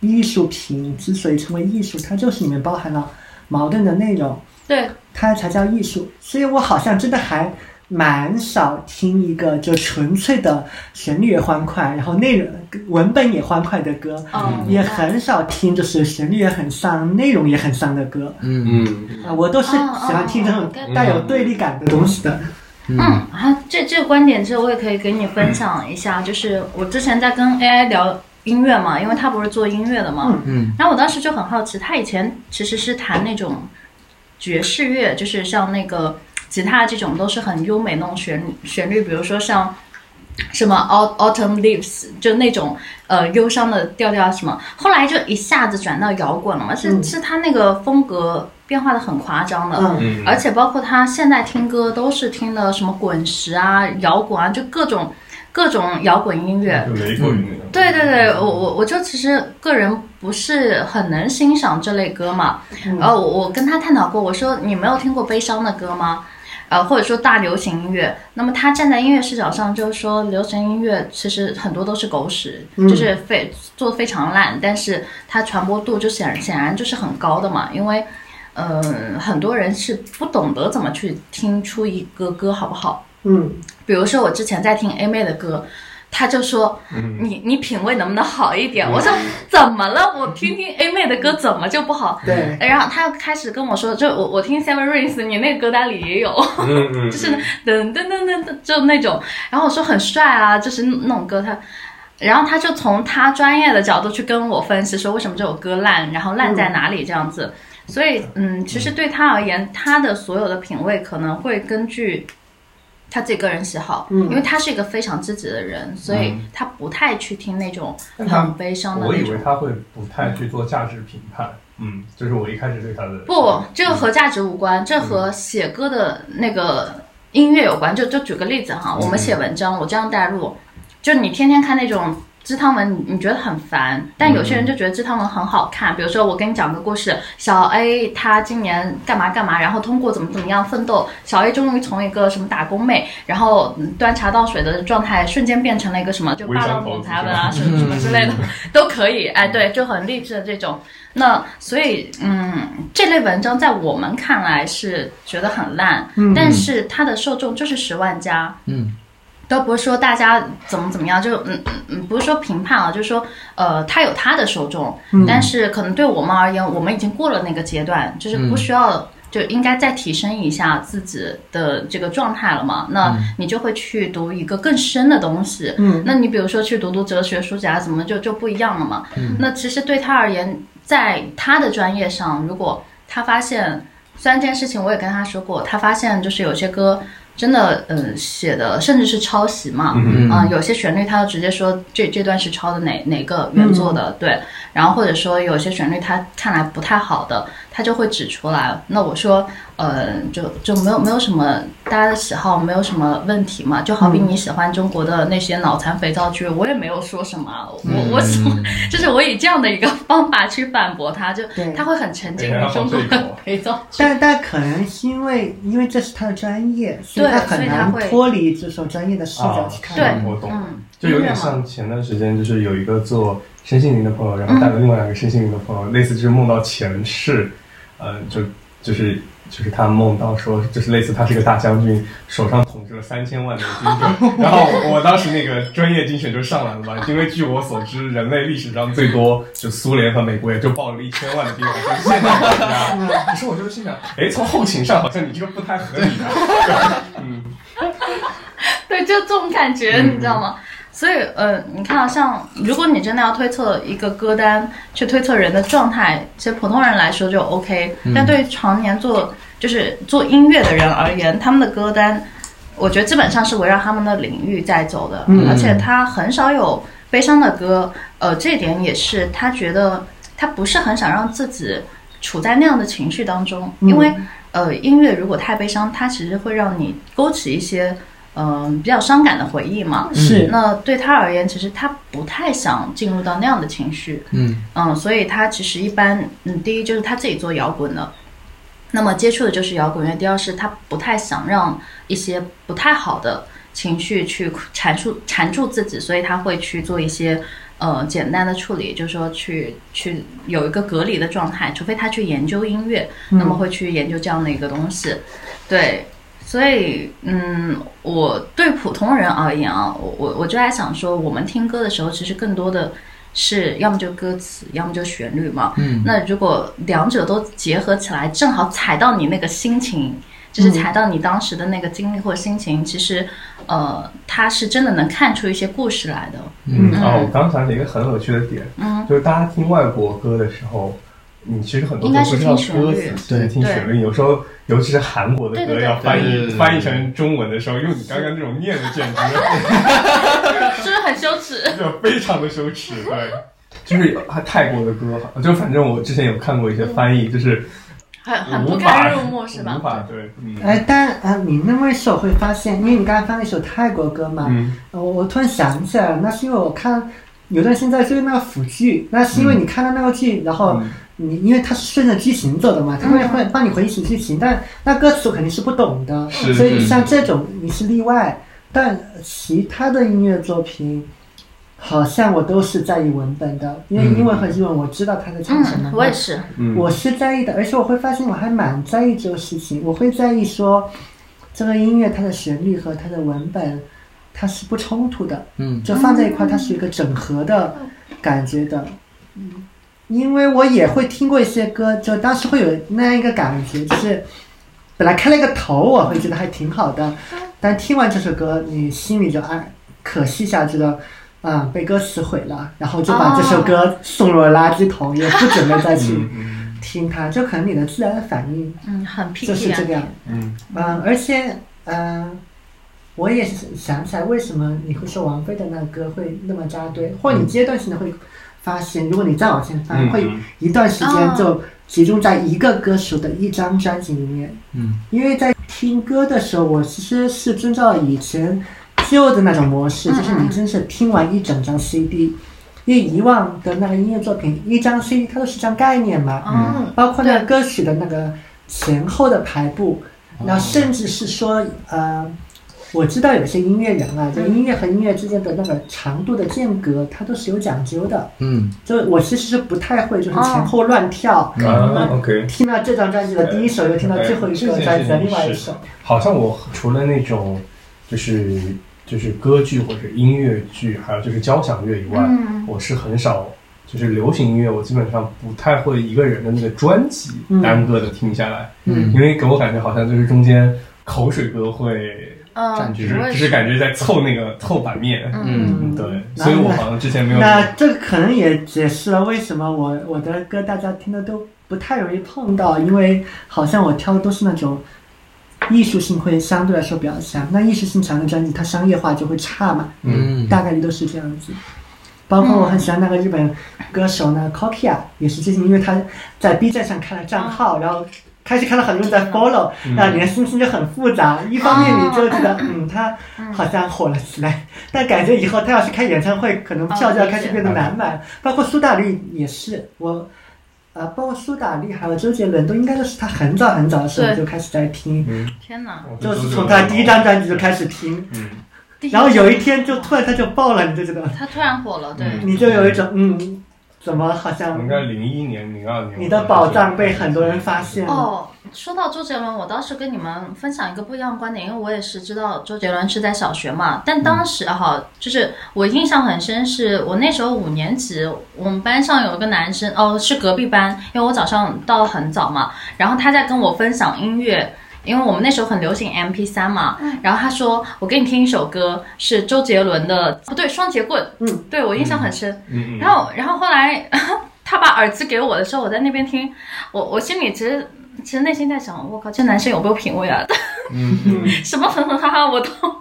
艺术品之所以成为艺术，它就是里面包含了矛盾的内容，
对，
它才叫艺术。所以我好像真的还蛮少听一个就纯粹的旋律也欢快，然后内容文本也欢快的歌，
哦，
也很少听就是旋律也很丧、内容也很丧的歌。
嗯
嗯，
啊，我都是喜欢听
哦
这种带有对立感的东西的。
嗯
嗯啊，这这个观点其实我也可以给你分享一下，就是我之前在跟 AI 聊音乐嘛，因为他不是做音乐的嘛，
嗯
嗯
然后我当时就很好奇，他以前其实是弹那种爵士乐，就是像那个吉他这种都是很优美那种旋律旋律，比如说像什么 Au- Autumn Leaves，就那种呃忧伤的调调啊什么。后来就一下子转到摇滚了嘛，是
嗯
是他那个风格变化的很夸张的。
嗯，
嗯，
而且包括他现在听歌都是听的什么滚石啊、摇滚啊，就各种各种摇滚音乐。
就雷鬼那种。
对对对，我我我就其实个人不是很能欣赏这类歌嘛，
嗯
呃，我我跟他探讨过，我说你没有听过悲伤的歌吗？呃，或者说大流行音乐，那么他站在音乐视角上，就是说流行音乐其实很多都是狗屎，
嗯
就是非做的非常烂，但是它传播度就显显然就是很高的嘛，因为，呃，很多人是不懂得怎么去听出一个歌好不好，
嗯，
比如说我之前在听 A 妹的歌，她就说
嗯，
你你品味能不能好一点？我说怎么了？我听听 A 妹的歌怎么就不好？
嗯对，
然后她又开始跟我说，就我我听 Seven Rings，你那个歌单里也有，
嗯嗯，
就是噔噔噔噔噔，就那种。然后我说很帅啊，就是那种歌，她，然后她就从她专业的角度去跟我分析说为什么这首歌烂，然后烂在哪里这样子。所以，嗯，其实对她而言，她的所有的品味可能会根据她自己个人喜好，
嗯
因为她是一个非常积极的人，所以她不太去听那种
但他
很悲伤的
嗯我
那
以
种
为。他会不太去做价值评判，嗯，就是我一开始对他的
不，这个和价值无关，这
嗯
和写歌的那个音乐有关。就就举个例子哈，
嗯
我们写文章，我这样带入，就你天天看那种鸡汤文，你你觉得很烦，但有些
嗯
人就觉得鸡汤文很好看。比如说，我跟你讲个故事，小 A 她今年干嘛干嘛，然后通过怎么怎么样奋斗，小 A 终于从一个什么打工妹，然后嗯端茶倒水的状态，瞬间变成了一个什么就霸道总裁文啊，什么什么之类的。 都可以，哎，对，就很励志的这种。那所以，嗯，这类文章在我们看来是觉得很烂，
嗯
但是它的受众就是十万加，
嗯
都不是说大家怎么怎么样，就嗯嗯嗯，不是说评判啊，就是说，呃，他有他的受众，
嗯
但是可能对我们而言，我们已经过了那个阶段，就是不需要。
嗯
就应该再提升一下自己的这个状态了嘛？那你就会去读一个更深的东西，
嗯，
那你比如说去读读哲学书籍啊，怎么就就不一样了嘛？
嗯
那其实对他而言，在他的专业上，如果他发现，虽然这件事情我也跟他说过，他发现就是有些歌真的，嗯，写的甚至是抄袭嘛，
嗯
啊、有些旋律他就直接说这这段是抄的哪哪个原作的，对，然后或者说有些旋律他看来不太好的，他就会指出来。那我说，呃，就就没有没有什么大家的喜好没有什么问题嘛，就好比你喜欢中国的那些脑残肥皂剧，我也没有说什么啊，我
嗯
我喜欢，就是我以这样的一个方法去反驳他，就
对
他会很沉浸
哎
于
呀
中国
好对
的
口
肥皂剧。
但但可能是因为因为这是他的专业，所以
对
他
所
很
以他
难
会哦
脱离这种专业的视角
啊
去看。
对
我懂，
嗯，
就有
音乐
点
嘛
像前段时间，就是有一个做身心灵的朋友，然后带了另外两个身心灵的朋友，类似就是梦到前世，呃，就就是就是他梦到说，就是类似他是个大将军，手上统治了三千万的军队，然后我当时那个专业精选就上来了嘛，因为据我所知，人类历史上最多就苏联和美国也就报了一千万的兵，我说现在多少呀可是我就是心想，哎，从后勤上好像你这个不太合理啊，嗯
对，就这种感觉，
嗯
你知道吗？所以，呃，你看啊，像如果你真的要推测一个歌单，去推测人的状态，其实普通人来说就 OK，、但
嗯
对于常年做就是做音乐的人而言，他们的歌单，我觉得基本上是围绕他们的领域在走的，
嗯
而且他很少有悲伤的歌，呃，这一点也是他觉得他不是很想让自己处在那样的情绪当中，因为呃，音乐如果太悲伤，它其实会让你勾起一些。嗯、嗯比较伤感的回忆嘛。
是嗯
那对他而言，其实他不太想进入到那样的情绪，
嗯
嗯，所以他其实一般，嗯，第一就是他自己做摇滚的，那么接触的就是摇滚乐；第二是他不太想让一些不太好的情绪去缠住缠住自己，所以他会去做一些呃简单的处理，就是说去去有一个隔离的状态，除非他去研究音乐，
嗯
那么会去研究这样的一个东西，对。所以，嗯，我对普通人而言啊，我我我就在想说，我们听歌的时候，其实更多的是要么就歌词，要么就旋律嘛。
嗯，
那如果两者都结合起来，正好踩到你那个心情，就是踩到你当时的那个经历或心情，其实，呃，它是真的能看出一些故事来的。
嗯
嗯
啊，我刚想起一个很有趣的点，
嗯，
就是大家听外国歌的时候，你其实很多
应
时
该
候
是
不
听旋
知道歌
律
词，是听
对
旋律。有时候，尤其是韩国的
对对
歌
对
要翻
对对
译
对对
翻译成中文的时候，用你刚刚这种念的，简直
是不是很羞耻？
就非常的羞耻。对，就是泰国的歌，就反正我之前有看过一些翻译，就是
很很
无
不
法
堪入目是吧
无？法对，嗯
哎，但啊，你那么一首会发现，因为你刚刚放了一首泰国歌嘛，
嗯，
我我突然想起来了，那是因为我看有段时间在追那个腐剧，那是因为你看到那个剧，然后
嗯
你因为它是顺着剧情走的嘛，它会会帮你回忆起剧情，但那歌词我肯定是不懂的，
是
所以
是
像这种你是例外，但其他的音乐作品。好像我都是在意文本的，因为英文和日文我知道他在唱什么。
嗯，我也是。
嗯
我是在意的，而且我会发现我还蛮在意这个事情，我会在意说这个音乐它的旋律和它的文本它是不冲突的，
嗯
就放在一块它是一个整合的感觉的。嗯，因为我也会听过一些歌，就当时会有那样一个感觉，就是本来开了一个头，我会觉得还挺好的，但听完这首歌，你心里就哎，可惜一下这个。啊、被歌词毁了，然后就把这首歌送入了垃圾桶，也不准备再去
嗯嗯
听它，就可能你的自然反应
嗯，很 P
就是这
T
样
啊。。
嗯，
嗯，而且嗯、我也是想起来为什么你会说王菲的那个歌会那么扎堆，或你阶段性的会发现，如果你再往前翻，
嗯
啊会一段时
哦
间就集中在一个歌手的一张专辑里面。
嗯
因为在听歌的时候，我其实是遵照以前旧的那种模式，
嗯嗯
就是你真是听完一整张 CD，因为以往的那个音乐作品，一张 CD 它都是张概念嘛，
哦
包括那个歌曲的那个前后的排布，然后甚至是说，呃，我知道有些音乐人啊，就音乐和音乐之间的那个长度的间隔，它都是有讲究的。
嗯
就我其实是不太会，就是
哦
前后乱跳，
啊，OK。
听到这张专辑的第一首，又听
哎
到最后一个专辑的另外一首。
好像我除了那种就是就是歌剧或者音乐剧，还有就是交响乐以外，
嗯
我是很少就是流行音乐，我基本上不太会一个人的那个专辑
嗯
单个的听下来，
嗯
因为给我感觉好像就是中间口水歌会，
嗯
占，
就
据
是
我也
就是感觉在凑那个凑版面，
嗯
对，所以我好像之前没有
那这个可能也解释了为什么我我的歌大家听的都不太容易碰到，因为好像我挑的都是那种艺术性会相对来说比较强，那艺术性强的专辑它商业化就会差嘛，
嗯
大概率都是这样子。包括我很喜欢那个日本歌手呢 k o k i a 也是最近因为他在 B 站上开了账号，然后开始看到很多人在 follow，
嗯
那你的心情就很复杂。一方面你就觉得，嗯，他好像火了起来，但感觉以后他要是开演唱会，可能票就要开始变得难买。包括苏打绿也是，我呃，包括苏打绿还有周杰伦都应该都是他很早很早的时候
对
就开始在听，
嗯，
天哪！
我
就是从他第一张专辑就开始听，
嗯。
然后有一天就突然他就爆了，你就觉得。
他突然火了，对，
嗯
你就有一种嗯，怎么好像
应该零一年、零二年，
你的宝藏被很多人发现了？
哦，说到周杰伦，我当时跟你们分享一个不一样的观点，因为我也是知道周杰伦是在小学嘛，但当时哈、就是我印象很深，是我那时候五年级，我们班上有一个男生，哦，是隔壁班，因为我早上到的很早嘛，然后他在跟我分享音乐。因为我们那时候很流行 M P 三嘛，然后他说：“我给你听一首歌，是周杰伦的，不对，双截棍。”
嗯，
对我印象很深。
嗯，嗯嗯，
然后，然后后来 他把耳机给我的时候，我在那边听，我我心里其实其实内心在想，我靠，这男生有没有品味啊？
嗯嗯
什么哼哼哈哈，我都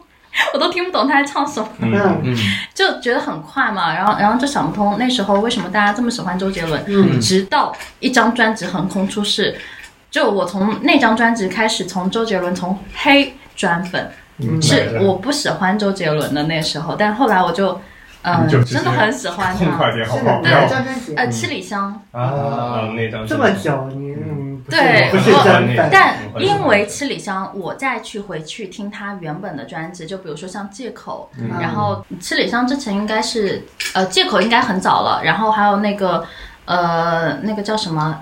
我都听不懂他在唱什么，
嗯
嗯
嗯
就觉得很快嘛，然后然后就想不通那时候为什么大家这么喜欢周杰伦，
嗯
直到一张专辑横空出世，就我从那张专辑开始，从周杰伦从黑转粉。
嗯
是我不喜欢周杰伦的那时候，但后来我就，嗯、
你就直接
真的很喜欢
痛快嗯
他。
点好
是
不好？
的，
不
对
要
这张专辑
呃，七里香，
啊，那张
这么久，你嗯，不是
对
不是
我
真粉，嗯
但
我很喜欢
因为七里香，我再去回去听他原本的专辑，就比如说像《借口》
嗯
然后七里香之前应该是呃《借口》应该很早了，然后还有那个呃那个叫什么，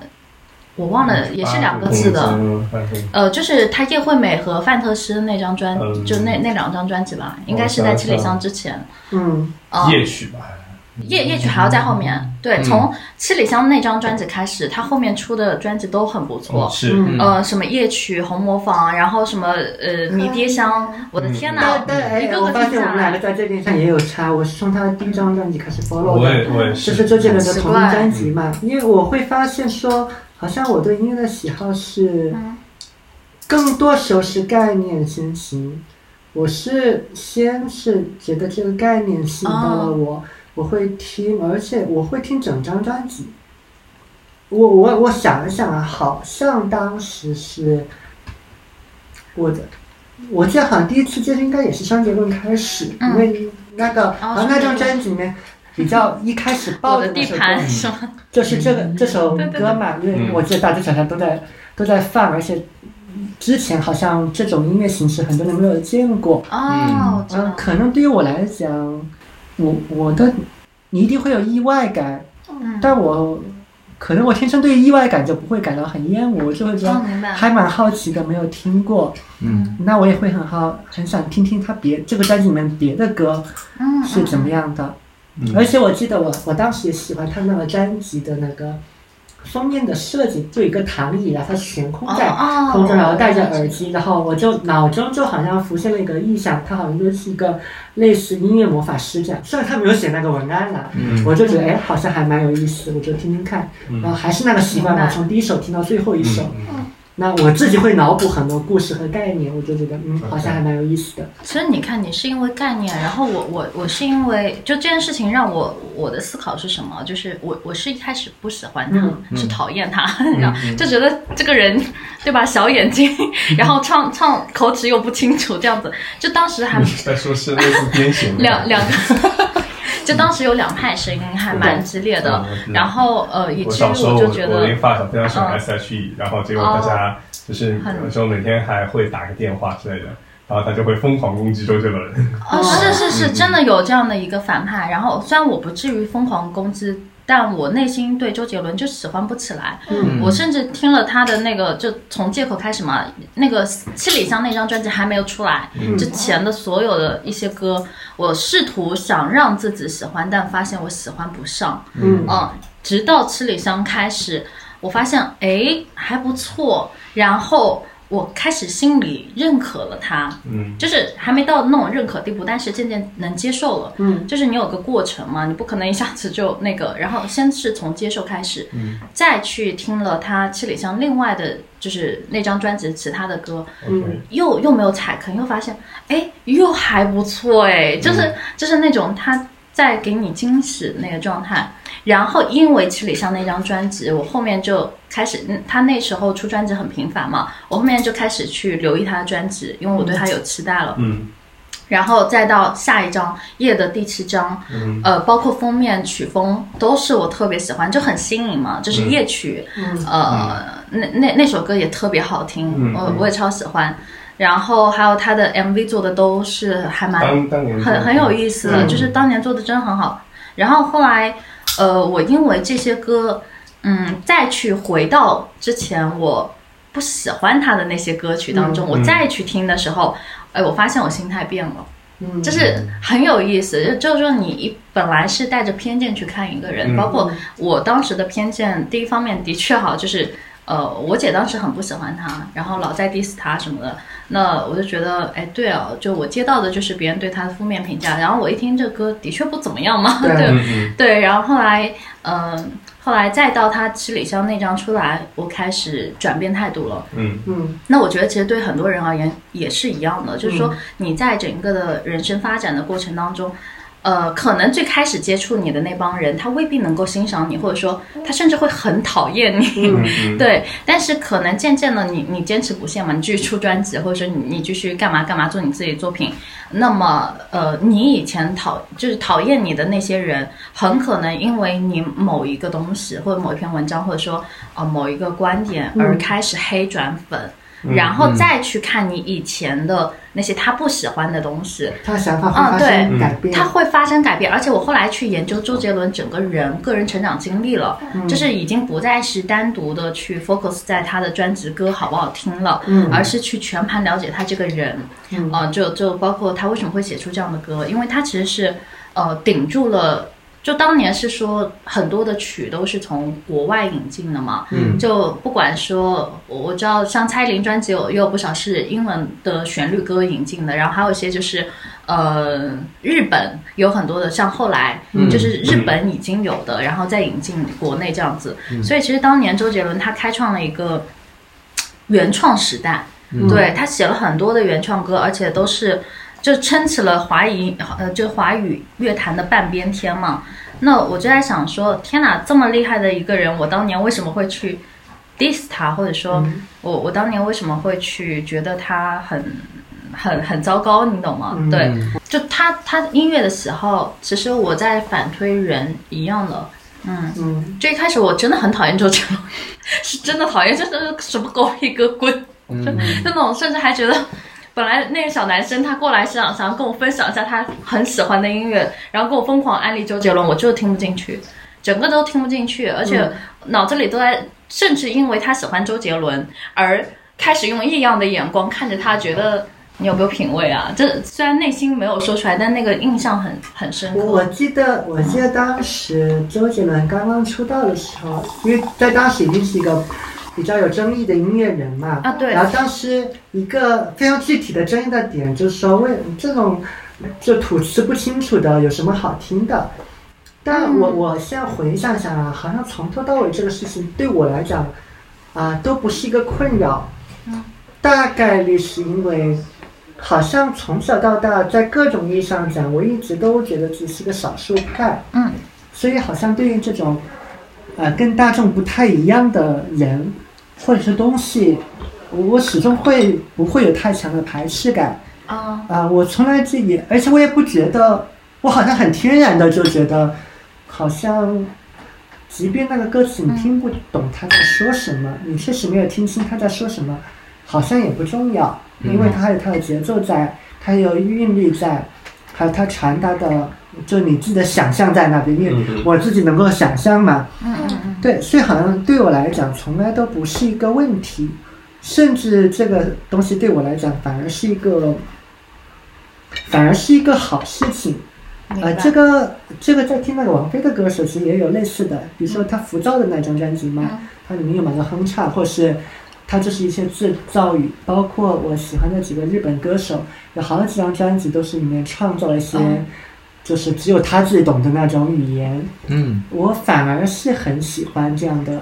我忘了，也是两个字的，
嗯反正
呃，就是他叶惠美和范特西那张专，
嗯哦
就那那两张专辑吧，应该是在七里香之前。
嗯，
啊、
夜曲吧，嗯
夜夜曲还要在后面。对，从七里香那张专辑开始，他后面出的专辑都很不错。
哦是
嗯
呃，什么夜曲、红磨坊，然后什么呃迷迭香，
嗯
我的天
但
呐！
但
一
哎，
个
我
个
发
听
现我
下
们两个
来，
在这点上也有差。我是从他的第一张专辑开始 follow
我也嗯
的，
我也
就是周杰伦的
奇
同
怪
名专辑嘛。因为我会发现说，好像我对音乐的喜好是
嗯，
更多时候是概念先行。我是先是觉得这个概念吸引到了
哦
我，我会听，而且我会听整张专辑。我我我想了想啊，好像当时是我的，我记得好像第一次接触应该也是双节棍开始，
嗯
因为那个好像那张专辑里面比较一开始
我
爆
的
的那
地
首歌
盘什么，
就是这个
嗯
这首歌嘛，因为我记得大街小巷都在都在放，而且之前好像这种音乐形式很多人没有见过。
哦，我知
嗯，
道，
可能对于我来讲，我我的你一定会有意外感，
嗯，
但我可能我天生对意外感就不会感到很厌恶，我就会觉
哦，
得
明白，
还蛮好奇的，没有听过，
嗯
那我也会很好很想听听他别这个专辑里面别的歌
嗯，
是怎么
样？
样的。
嗯
而且我记得我我当时也喜欢他那个专辑的那个封面的设计，就有一个躺椅，然啊后它悬空
哦
在
哦，
空中，然后戴着耳机，然后我就脑中就好像浮现了一个意象，他好像就是一个类似音乐魔法师这样。虽然他没有写那个文案啦，
嗯
我就觉得哎，好像还蛮有意思，我就听听看。
嗯
然后还是那个习惯
明
嘛，
白
从第一首听到最后一首，
嗯
那我自己会脑补很多故事和概念，我就觉得嗯，好像还蛮有意思的。
其实你看，你是因为概念，然后我我我是因为就这件事情让我我的思考是什么？就是我我是一开始不喜欢他，
嗯
是讨厌他，然后就觉得这个人对吧，小眼睛，然后唱唱口齿又不清楚，这样子，就当时还
嗯在说是类似癫痫的
两两个， 就当时有两派声音还蛮激烈的
嗯我知，道
然后呃，以
我
至于
小时候
我
我
就觉
我那个
得。
发小非常喜欢
嗯哦
SHE，、然 E，后结果大家就是
很
有时候每天还会打个电话之类的，然后他就会疯狂攻击周杰伦。
哦，是是是，真的有这样的一个反派。然后虽然我不至于疯狂攻击，但我内心对周杰伦就喜欢不起来。
嗯
我甚至听了他的那个，就从借口开始嘛，那个七里香那张专辑还没有出来
嗯
之前的所有的一些歌，我试图想让自己喜欢，但发现我喜欢不上。
嗯
嗯，直到七里香开始，我发现哎还不错，然后我开始心里认可了他。
嗯，
就是还没到那种认可地步，但是渐渐能接受了。
嗯，
就是你有个过程嘛，你不可能一下子就那个，然后先是从接受开始，
嗯，
再去听了他七里香另外的，就是那张专辑其他的歌，
OK，
又又没有踩坑，又发现哎又还不错哎，就是、就是那种他在给你惊喜那个状态。然后因为七里香那张专辑，我后面就开始，嗯他那时候出专辑很频繁嘛，我后面就开始去留意他的专辑，因为我对他有期待了。
嗯
然后再到下一章夜的第七章，
嗯
呃，包括封面曲风都是我特别喜欢，就很新颖嘛，就是夜曲，
嗯
呃，那那那首歌也特别好听，
嗯
我
嗯
我也超喜欢。然后还有他的 MV 做的都是还蛮
当当年
很很有意思
嗯
的，就是当年做的真的很好。然后后来，呃，我因为这些歌，嗯，再去回到之前我不喜欢他的那些歌曲当中，
嗯
我再去听的时候，哎，我发现我心态变了。
嗯
就是很有意思，就是说你一本来是带着偏见去看一个人，
嗯
包括我当时的偏见，第一方面的确哈，就是呃，我姐当时很不喜欢他，然后老在 diss 他什么的，那我就觉得，哎，对哦，就我接到的就是别人对他的负面评价，然后我一听这歌的确不怎么样嘛，
对
对
嗯嗯
对，然后后来，嗯、后来再到他七里香那张出来，我开始转变态度了。
嗯
嗯
那我觉得其实对很多人而言也是一样的，就是说你在整个的人生发展的过程当中，呃，可能最开始接触你的那帮人，他未必能够欣赏你，或者说他甚至会很讨厌你。
嗯嗯，
对，但是可能渐渐的你，你坚持不懈嘛，你继续出专辑，或者说你你继续干嘛干嘛做你自己的作品，那么呃，你以前讨就是讨厌你的那些人，很可能因为你某一个东西或者某一篇文章，或者说呃某一个观点而开始黑转粉，然后再去看你以前的那些他不喜欢的东西，
他的想法会发
嗯
生改变。
它会发生改变，而且我后来去研究周杰伦整个人个人成长经历了，
嗯
就是已经不再是单独的去 focus 在他的专辑歌好不好听了，
嗯
而是去全盘了解他这个人，
嗯
呃，就就包括他为什么会写出这样的歌，因为他其实是呃顶住了。就当年是说很多的曲都是从国外引进的嘛，
嗯
就不管说，我我知道像蔡依林专辑有也有不少是英文的旋律歌引进的，然后还有一些就是，呃，日本有很多的，像后来就是日本已经有的，然后再引进国内这样子，所以其实当年周杰伦他开创了一个原创时代，
嗯
对他写了很多的原创歌，而且都是就撑起了华语呃就华语乐坛的半边天嘛。那我就在想说，天哪，这么厉害的一个人，我当年为什么会去 diss 他，或者说我我当年为什么会去觉得他很很很糟糕，你懂吗？
嗯
对，就他他音乐的喜好，其实我在反推人一样的。嗯，
嗯，
最开始我真的很讨厌周杰伦， 是真的讨厌，就是什么狗屁哥滚，
嗯
就那种甚至还觉得， 本来那个小男生他过来是想想要跟我分享一下他很喜欢的音乐，然后跟我疯狂安利周杰伦，我就是听不进去，整个都听不进去，而
嗯
且脑子里都在，甚至因为他喜欢周杰伦而开始用异样的眼光看着他，觉得。你有没有品味啊？这虽然内心没有说出来，但那个印象很很深
我我
刻。
记得，我记得当时周杰伦刚刚出道的时候，因为在当时已经是一个比较有争议的音乐人嘛。
啊对
然后当时一个非常具体的争议的点就是说，为这种就吐词不清楚的有什么好听的？但
嗯
我我现在回想想啊，好像从头到尾这个事情对我来讲啊、都不是一个困扰。
嗯
大概率是因为，好像从小到大，在各种意义上讲，我一直都觉得自己是个少数派，
嗯，
所以好像对于这种，呃，跟大众不太一样的人或者是东西，我我始终会不会有太强的排斥感
嗯
啊、
啊、我从来自己，而且我也不觉得，我好像很天然的就觉得，好像。即便那个歌词你听不懂他在说什么，你确实没有听清他在说什么，好像也不重要，因为它还有它的节奏在，它有韵律在，还有它传达的，就你自己的想象在那边。因为
嗯
我自己能够想象嘛，
嗯嗯嗯，
对，所以好像对我来讲，从来都不是一个问题，甚至这个东西对我来讲，反而是一个，反而是一个好事情。
明白
呃，这个这个在听那个王菲的歌的时候，其实也有类似的，比如说她《浮躁》的那张专辑嘛，
嗯
它里面有蛮多哼唱，或是它就是一些自造语，包括我喜欢的几个日本歌手，有好几张专辑都是里面创造了一些，
嗯
就是只有他自己懂的那种语言。
嗯
我反而是很喜欢这样的，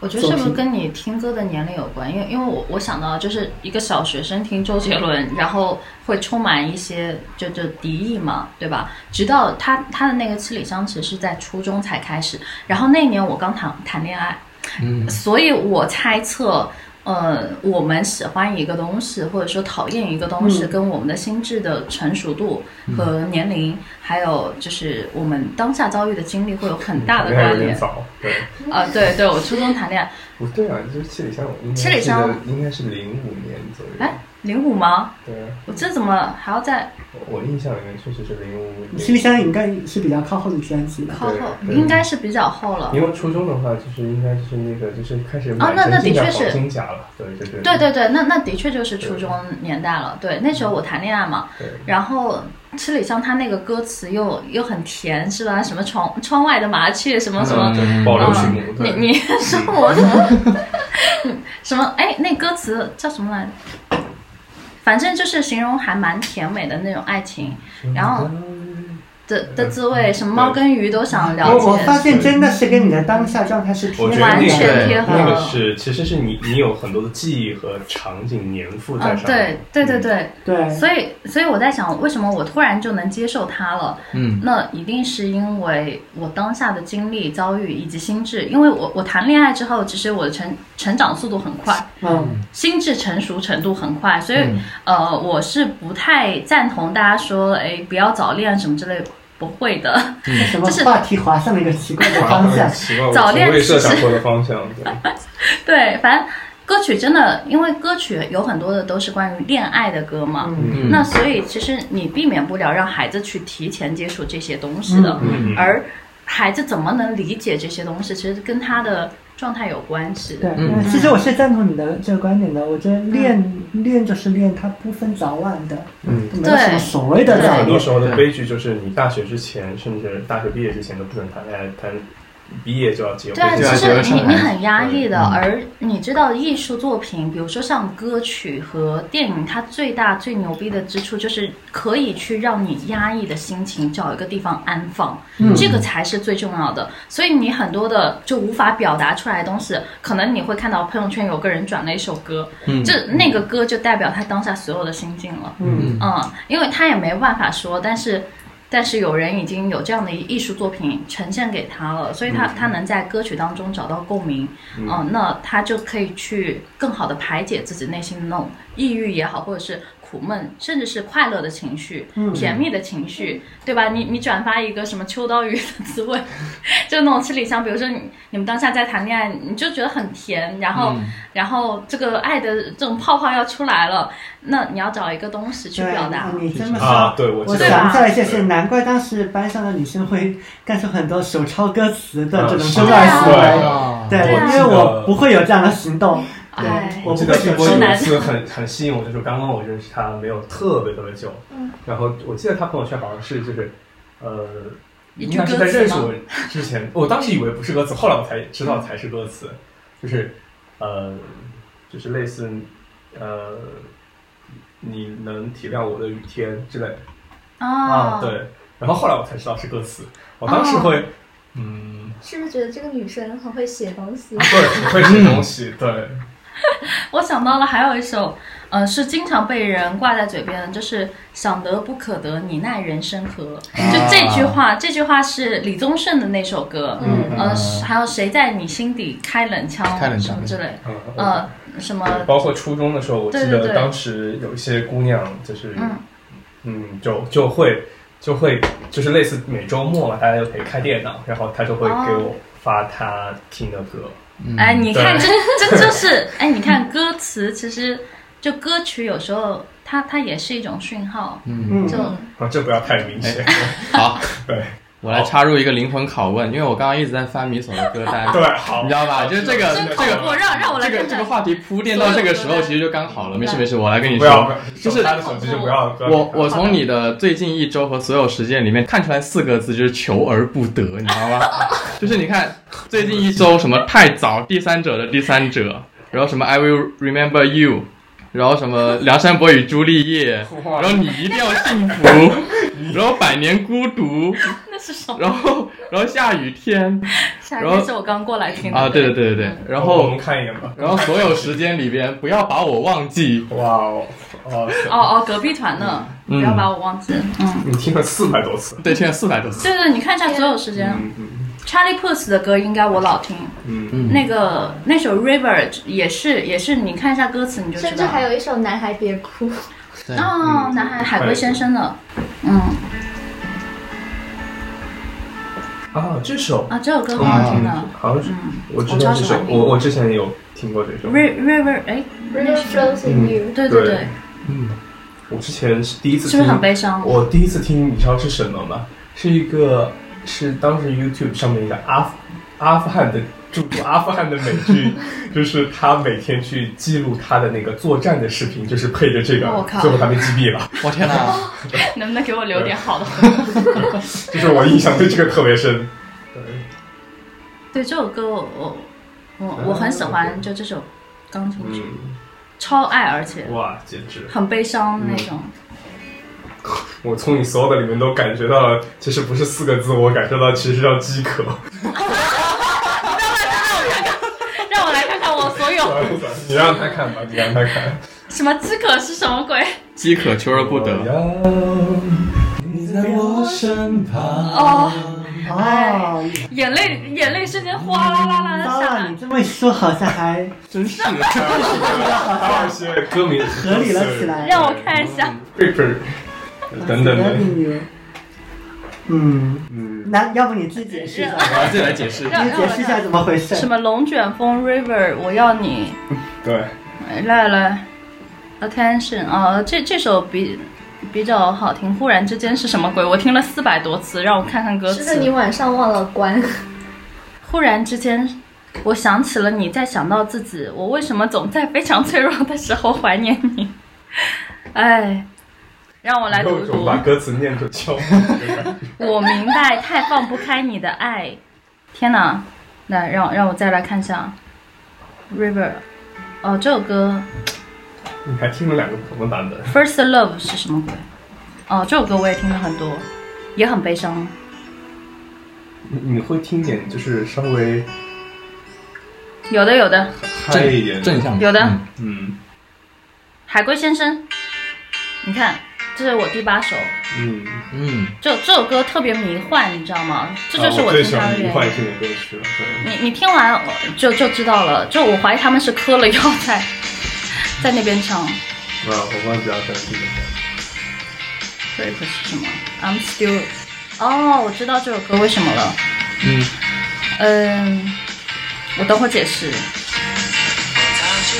我觉得是不
作
是
品
跟你听歌的年龄有关？因为因为我我想到就是一个小学生听周杰伦，然后会充满一些就就敌意嘛，对吧？直到他他的那个《七里香》其实是在初中才开始，然后那年我刚谈谈恋爱，
嗯
所以我猜测，呃，我们喜欢一个东西，或者说讨厌一个东西，
嗯
跟我们的心智的成熟度和年龄，还有就是我们当下遭遇的经历会有很大的
嗯
还有
关
点
联。
早，对，
啊、对对，我初中谈恋爱，
不对啊，就是七里香，我应
七里
该记
香
得应该是零五年左右，
哎，零五吗？
对啊，
我这怎么还要再
我我印象里面确实是零五年，
七里香应该是比较靠后的专辑了。
靠后？
对
应该是比较后了。
因为初中的话，就是应该就是那个就是开始
哦那那的确是
黄金甲了，对对对
对对对，那那的确就是初中年代了。对，那时候我谈恋爱嘛，
对，
然后七里香他那个歌词又又很甜，是吧？什么窗窗外的麻雀，什么什
啊
么，
嗯
保留曲
嗯
目，
你
对，
你 说我什么什么？哎，那歌词叫什么来着？反正就是形容还蛮甜美的那种爱情。然后的的滋
嗯
味，什么猫跟鱼都想了
我我发
解。
现真的是跟你的当下状态是
我觉
贴
得
满
完
那
的。
全贴
个
合
那个是，其实是你你有很多的记忆和场景粘附在
嗯，
上面
对。对对对，
对，
所以所以我在想，为什么我突然就能接受它了？
嗯，
那一定是因为我当下的经历、遭遇以及心智，因为我我谈恋爱之后，其实我的成成长速度很快，
嗯，
心智成熟程度很快，所以、
嗯
呃，我是不太赞同大家说，哎，不要早恋什么之类，不会的。
什么话题滑向了一个奇怪的方 向
很。奇怪，我
早
从
恋
未设
其实
想过的方向。对
对，反正歌曲真的，因为歌曲有很多的都是关于恋爱的歌嘛，
嗯
嗯
那所以其实你避免不了让孩子去提前接触这些东西的，
嗯嗯
而孩子怎么能理解这些东西，其实跟他的状态有关系。
对，
嗯
嗯其实我是赞同你的这个观点的。我觉得恋恋就是恋，它不分早晚的，
嗯，
没有什么所谓的
对
早
很多
恋。
时候的悲剧就是你大学之前，甚至大学毕业之前都不准谈恋爱，谈毕业就要结婚。
对啊，
对
其
啊
实
觉得是
你
很
你很压抑的，
嗯
而你知道艺术作品，比如说像歌曲和电影，它最大最牛逼的之处就是可以去让你压抑的心情找一个地方安放，
嗯
嗯
这个才是最重要的。所以你很多的就无法表达出来的东西，可能你会看到朋友圈有个人转了一首歌，
嗯
就那个歌就代表他当下所有的心境了。
嗯，
嗯，因为他也没办法说，但是但是有人已经有这样的艺术作品呈现给他了，所以他、他能在歌曲当中找到共鸣，嗯、那他就可以去更好的排解自己内心的那种抑郁也好，或者是。苦闷，甚至是快乐的情绪，
嗯
甜蜜的情绪，对吧？你你转发一个什么秋刀鱼 的滋味，就那种七里香，比如说你你们当下在谈恋爱，你就觉得很甜，然后、然后这个爱的这种泡泡要出来了，那你要找一个东西去
对
表达
啊。你这么
啊，
说。
对，我
我
记
对
得
吧
想起来这些，难怪当时班上的女生会干出很多手抄歌词的这种
嗯
争乱行
对
为。
啊
对，
对啊
因为我不会有这样的行动。对
哎，
我
我
不
记
会
得碧
手
波有
抄
直男
一次很很吸引我，就是刚刚我认识他没有特别特别久，
嗯
然后我记得他朋友圈好像是就是，呃，
一
应
句
该是在
歌词
认识
吗
我之前，我当时以为不是歌词，后来我才知道才是歌词，就是呃，就是类似呃，你能体谅我的雨天之类的
啊啊
啊，，对，然后后来我才知道是歌词，我当时会嗯，
是不是觉得这个女生很会写东西？
对，很会写东西，对，
我想到了还有一首，呃，是经常被人挂在嘴边的，就是“想得不可得，你奈人生何”。就这句话，这句话是李宗盛的那首歌，
嗯
呃，还有谁在你心底开冷枪，
开冷
什
枪
么之类，
嗯
呃，什么
对，包括初中的时候，我记
对对
得
对
当时有一些姑娘，就是
嗯
嗯就就会就会就是类似每周末嘛，大家就可以开电脑，然后她就会给
哦
我发她听的歌，
嗯
哎，你看，这
对
这就是哎，你看歌词，其实就歌曲有时候它它也是一种讯号，
嗯，
嗯，
就
啊，这不要太明显，
哎好，
对
我来插入一个灵魂拷问，因为我刚刚一直在翻米索的歌单，
对，好，
你知道吧？就是这个
真
这
恐
个
怖，让 让我来
这个
跟
这
着
个话题铺垫到这个时候，其实就刚好了。没事没事，我来跟你
不要
说。，
就是他的手机就不要，不要
我我从你的最近一周和所有实践里面看出来四个字，就是求而不得，你知 道吗？就是你看最近一周什么太早，第三者的第三者，然后什么 I will remember you，然后 什么梁山伯与朱丽叶，然后你一定要幸福， 然后百年孤独，
那是什么？
然后然后下雨天
下
然后
一是我刚过来听的嗯
啊，对对对对对，然
我
后
们看一眼吧，
然后所有时间里边不要把我忘记，
哇哦，哦，
哦哦，隔壁团呢，
嗯
不要把我忘记了。嗯，
你听了四百多次，
对，现在四百多次，
对对，你看一下所有时间
嗯嗯
Charlie Puth 的歌应该我老听，
嗯，
嗯，
那个那首 River 也是也是，你看一下歌词你就知
甚至
道
还。有一嗯首《男孩别哭》，
对
哦，南海海龟先生的，嗯
啊，这首
啊，这首歌很好听的。
好像是
嗯
我知
我
道
超
这
喜
首
欢，听
我我之前有听过这首，
，Ri- River，哎，
《River Flows in You》。
对对对
对，我之前是第一次
是不是
听
很悲伤？
我第一次听，你知道是什么吗？是一个是当时 YouTube 上面一个阿富阿富汗的驻驻阿富汗的美 剧，就是他每天去记录他的那个作战的视频，就是配着这个
我靠，
最后他被击 毙了。
我天
哦
哪，
能不能给我留点好的？
就是我印象对这个特别深。
对这首歌我，我我我很喜欢，就这首钢琴曲，
嗯，
超爱，而且
哇，简直！
很悲伤那种。
我从你所有的里面都感觉到了，其实不是四个字，我感受到其实叫 饥渴。
让我来看看我所有
你让他看吧，你让他看。
什么饥渴是什么鬼。
饥渴求而不
哦
得。
要你在我身
哦
旁。
嗯
哎
哦，
眼泪眼泪瞬间哗啦啦啦的
糟
下
了，
来
你。这么一说，好像 还
真是的，
二些歌名
合理了起来。
让我看一下，
，Creeper 等等的。
W，嗯，
嗯，
那要不你自己解释一下，
我要自己来解释。
让
你解释一下怎么回事？
什么龙卷风 River，我要你
对，
来来 Attention 啊、这这首比比较好听。忽然之间是什么鬼？我听了四百多次，让我看看歌
是不是你
词。
晚上忘了关？
忽然之间，我想起了你，再想到自己，我为什么总在非常脆弱的时候怀念你？ 哎，让我来读
有
一
种
读。
把歌词念出敲。
我明白，太放不开你的爱。天哪，来让让我再来看一下，River，哦，这首歌
你还听了两个不同的版本，
First Love 是什么鬼？哦，这首歌我也听了很多，也很悲伤。
你你会听点就是稍微
有的有的，
嗨一点的
正向
有的
嗯
嗯
海龟先生，你看，这是我第八首，
嗯，
嗯，
这这首歌特别迷幻，你知道吗？这就是
啊我最
听
喜
它
欢
的
迷
原
幻
因。
性的歌曲了。对，
你你听完我就就知道了，就我怀疑他们是嗑了药在 在那边唱。
啊，我忘记要唱这个了。
Rape 是什么？I'm still。哦，我知道这首歌为什么了。
嗯，
嗯，我等会解释。
哎，这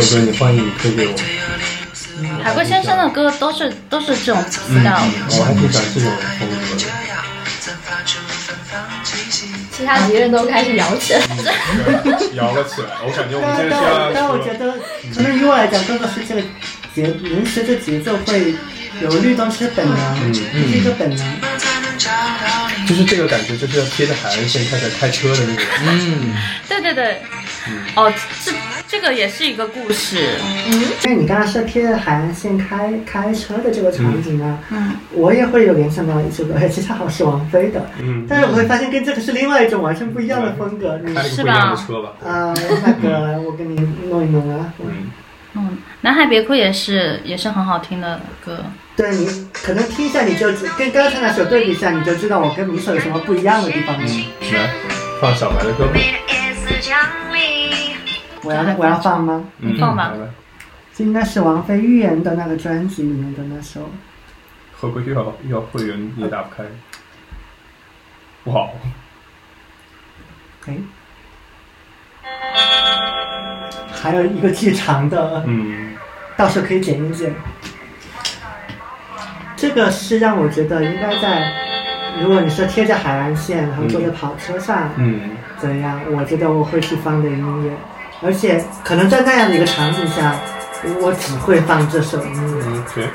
首歌你欢迎你推给我，
海龟先生的歌都是都是这种 style，、
我还挺喜欢这种风格的。
其他敌人都开始摇起来。
对摇了起来。我感觉我们
但
现在
但
是
我但
要
我觉得，可能于我来讲，更多是这个节，人随着节奏会有律动，是本
嗯
能，这是一个本能。
就是这个感觉，就是要贴着海岸线开始开车的那
嗯
种。
对对对。
嗯
哦，这这个也是一个故事。
因为你刚刚说贴着海岸线开开车的这个场景啊呢，
嗯，
我也会有联想到一首歌，而且恰好是王菲的，
嗯，
但是我会发现跟这个是另外一种完全不一样的风格。你
开了个
是
不一样的
吧
车吧。
啊、那个我给你弄一弄啊。
嗯，
嗯，南海别哭也是也是很好听的歌。
对你可能听一下你就知，跟刚才那首对比一下，你就知道我跟米首有什么不一样的地方了。
来放小白的歌吧。
我要我要放吗？
嗯，
放吧
好的。
这应该是王菲《预言》的那个专辑里面的那首。
合规又要又要会员也打不开，不好。
哎，还有一个巨长的，
嗯，
到时候可以剪一剪。这个是让我觉得应该在，如果你说贴着海岸线，然后坐在跑车上，
嗯，
怎样？我觉得我会去放的音乐，而且可能在那样的一个场景下，我只会放这首音乐。
嗯，对。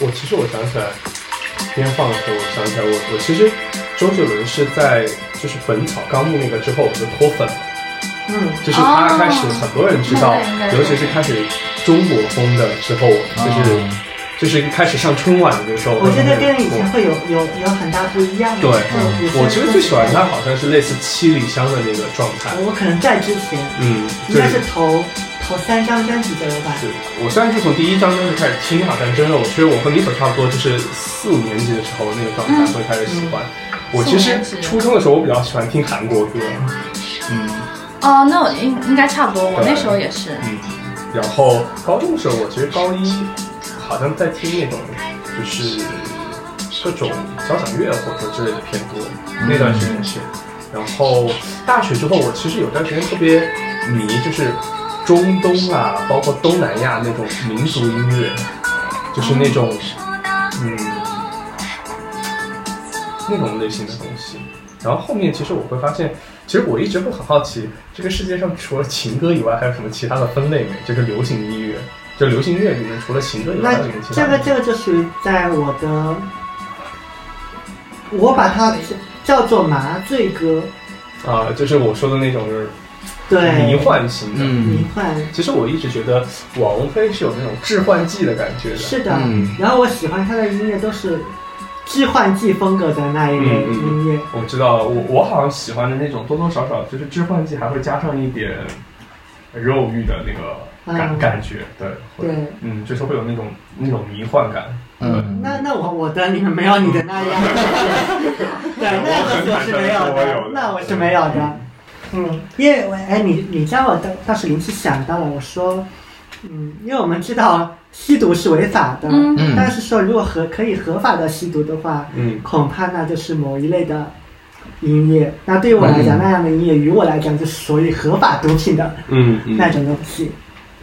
我其实我想起来，边放的时候，我想起来我我其实周杰伦是在就是《本草纲目》那个之后我就脱粉了，
嗯，
就是他开始很多人知道，
明白明白
尤其是开始中国风的之后，就是、
哦
就是开始上春晚的那时候，
我觉得跟以
我
前会有有有很大不一样的。
对
嗯
我其实最喜欢他，好像是类似七里香的那个状态。
我可能在之前，
嗯，
应
对
该，是头头三张专辑左右吧。
是我虽然是从第一张专辑开始听，好像真的，我觉得我和米索差不多，就是四五年级的时候那个状态会开始喜欢。我其
嗯
实
四五年级
初中的时候，我比较喜欢听韩国歌，嗯
哦，那我应应该差不多，我
对
那时候也是。
嗯，然后高中的时候，我其实高一好像在听那种就是各种交响乐或者说之类的偏多，那段时间是。然后大学之后，我其实有段时间特别迷，就是中东啊，包括东南亚那种民族音乐，就是那种嗯那种类型的东西。然后后面其实我会发现，其实我一直会很好奇，这个世界上除了情歌以外，还有什么其他的分类没？就是流行音乐，就流行音乐里面除了情歌以外，
那
还有什么其
这
他
个
的？
这个就属于在我的我把它叫做麻醉歌，
啊，就是我说的那种就是迷
对，
幻型的。
迷
嗯
幻，
其实我一直觉得网红飞是有那种致幻剂的感觉的。
是的。
嗯，
然后我喜欢他的音乐都是致幻剂风格的那一类
嗯嗯
音乐，
我
我知道，我我好像喜欢的那种多多少少就是致幻剂还会加上一点肉欲的那个感、
嗯
感觉，对，会
对。
嗯，就是会有那种那种迷幻感。
嗯
那那我我的你们没有你的那样，对，那个我是没有的，那我是没有的。嗯，因为我哎，你你让我倒倒是临时想到了，我说，嗯，因为我们知道吸毒是违法的，
嗯
嗯
但是说如果合可以合法的吸毒的话，
嗯，
恐怕那就是某一类的音乐。那对于我来讲，
嗯
那样的音乐于我来讲就是属于合法毒品的
嗯嗯
那种东西。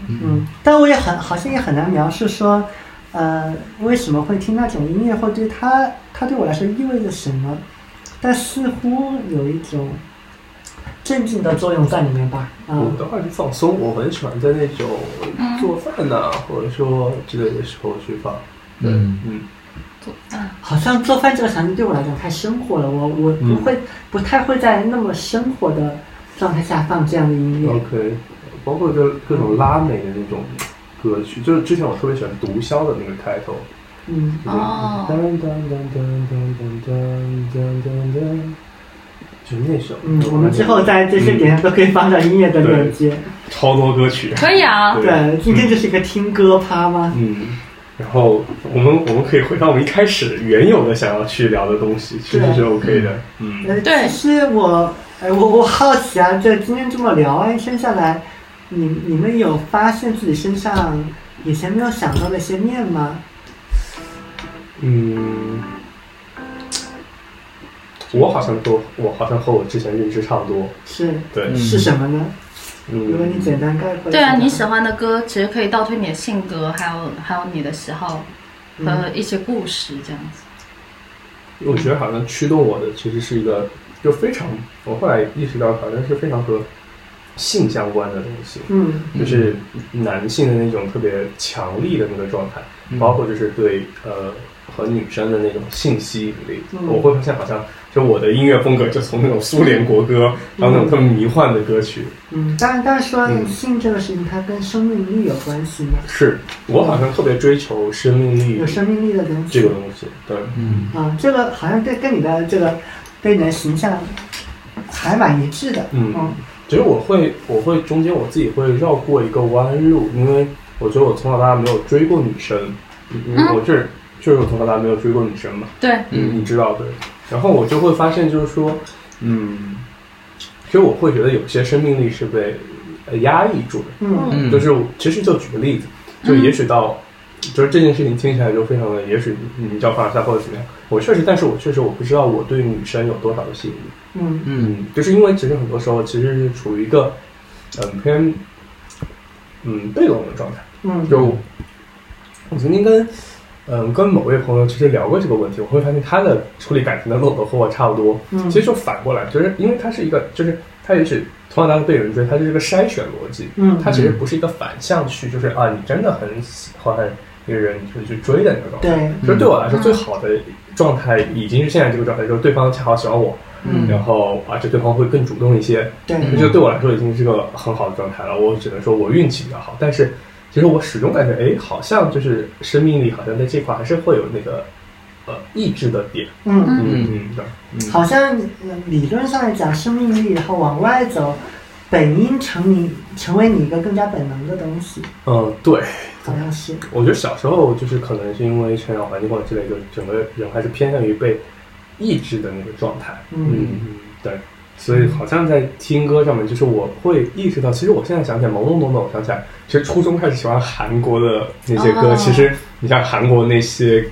嗯，但我也很好像也很难描述说，呃，为什么会听那种音乐，或对它它对我来说意味着什么，但似乎有一种镇静的作用在里面吧。啊、
嗯我的话是放松，我很喜欢在那种做饭呐、或者说之类的时候去放。对，
嗯
嗯，
好像做饭这个场景对我来讲太生活了，我我不
嗯
会、不太会在那么生活的状态下放这样的音乐。
OK，包括各各种拉美的那种歌曲，就是之前我特别喜欢《毒枭》的那个开头，
嗯，
就是
哦
噔噔噔噔噔噔噔噔噔，就是那首。
嗯，我们之后在这些点上都可以放上音乐的链接。
超多歌曲。嗯
可以啊，
嗯对
对，今天就是一个听歌趴吗？
嗯，然后我们我们可以回到我们一开始原有的想要去聊的东西，其实是 OK 的。嗯
呃，
对
其实我，呃，我我好奇啊，这今天这么聊啊，一圈下来，你你们有发现自己身上以前没有想到的一些面吗？
嗯，我好像都我好像和我之前认知差不多。
是
对，
是什么呢？如果你
嗯，
简单概括一下，
对啊，你喜欢的歌其实可以倒推你的性格，还有还有你的喜好和
嗯
一些故事这样子。
我觉得好像驱动我的其实是一个，就非常我后来意识到，好像是非常和性相关的东西。
嗯
就是男性的那种特别强力的那个状态，
嗯
包括就是对呃和女生的那种性吸引力，
嗯
我会发现好像就我的音乐风格就从那种苏联国歌，然后那种特别迷幻的歌曲，
嗯，当然当然说
嗯
性这个事情，它跟生命力有关系嘛，
是我好像特别追求生命力
有生命力的东西。
嗯这个东西，对，
嗯
啊，这个好像对跟你的这个对你的形象还蛮一致的。
嗯
嗯
其实我会我会中间我自己会绕过一个弯路，因为我觉得我从小到大没有追过女生，因
嗯
为我就是就是我从小到大没有追过女生嘛。
对，
嗯，你知道的。然后我就会发现，就是说，嗯，其实我会觉得有些生命力是被呃压抑住的。
嗯
嗯，
就是我其实就举个例子，就也许到，就是这件事情听起来就非常的，也许你你叫凡尔赛或者怎么样，我确实，但是我确实我不知道我对女生有多少的吸引力。
嗯
嗯
嗯，就是因为其实很多时候其实是处于一个，嗯偏，嗯被动的状态。
嗯
就我曾经跟嗯跟某位朋友其实聊过这个问题，我会发现他的处理感情的路子和我差不多。
嗯，
其实就反过来，就是因为他是一个，就是他也许从小到大被人追，他是一个筛选逻辑，
嗯
他其实不是一个反向去，就是啊，你真的很喜欢一个人，你就去追的那个状态。
对，嗯
其实对我来说，最好的状态已经是现在这个状态，就是对方恰好喜欢我，
嗯
然后而且对方会更主动一些，
对。
嗯
这就对我来说已经是个很好的状态了。我只能说我运气比较好，但是其实我始终感觉，哎，好像就是生命力，好像在这块还是会有那个呃抑制的点。
嗯
嗯嗯，对，
好像呃理论上来讲，生命力然后往外走，本应成你成为你一个更加本能的东西，
嗯，对，
好像是。
我觉得小时候就是可能是因为成长环境或者之类，就整个人还是偏向于被抑制的那个状态。
嗯
嗯，对。所以好像在听歌上面，就是我会意识到，其实我现在想起来，懵懵懂懂想起来，其实初中开始喜欢韩国的那些歌，
哦
其实你像韩国那些，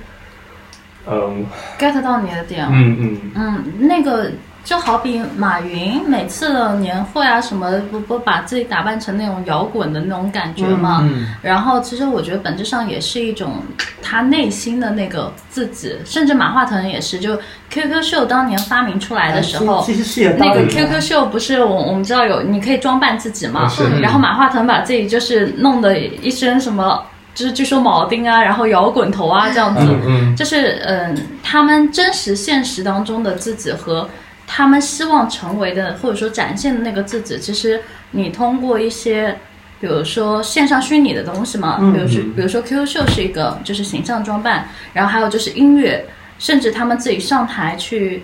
嗯
get 到你的点了。
嗯嗯
嗯，那个就好比马云每次的年会啊什么的，不不把自己打扮成那种摇滚的那种感觉嘛。
嗯
然后其实我觉得本质上也是一种他内心的那个自己，甚至马化腾也是，就 QQ 秀当年发明出来的时候。
其其实是有
那
道
个
理的。
QQ 秀不是我我们知道有，你可以装扮自己嘛
是。
然后马化腾把自己就是弄得一身什么就是据说铆钉啊，然后摇滚头啊这样子，
嗯嗯，
就是嗯、他们真实现实当中的自己和他们希望成为的，或者说展现的那个自己，其实你通过一些，比如说线上虚拟的东西嘛，
嗯
比如说比如说 QQ 秀是一个就是形象装扮，然后还有就是音乐，甚至他们自己上台去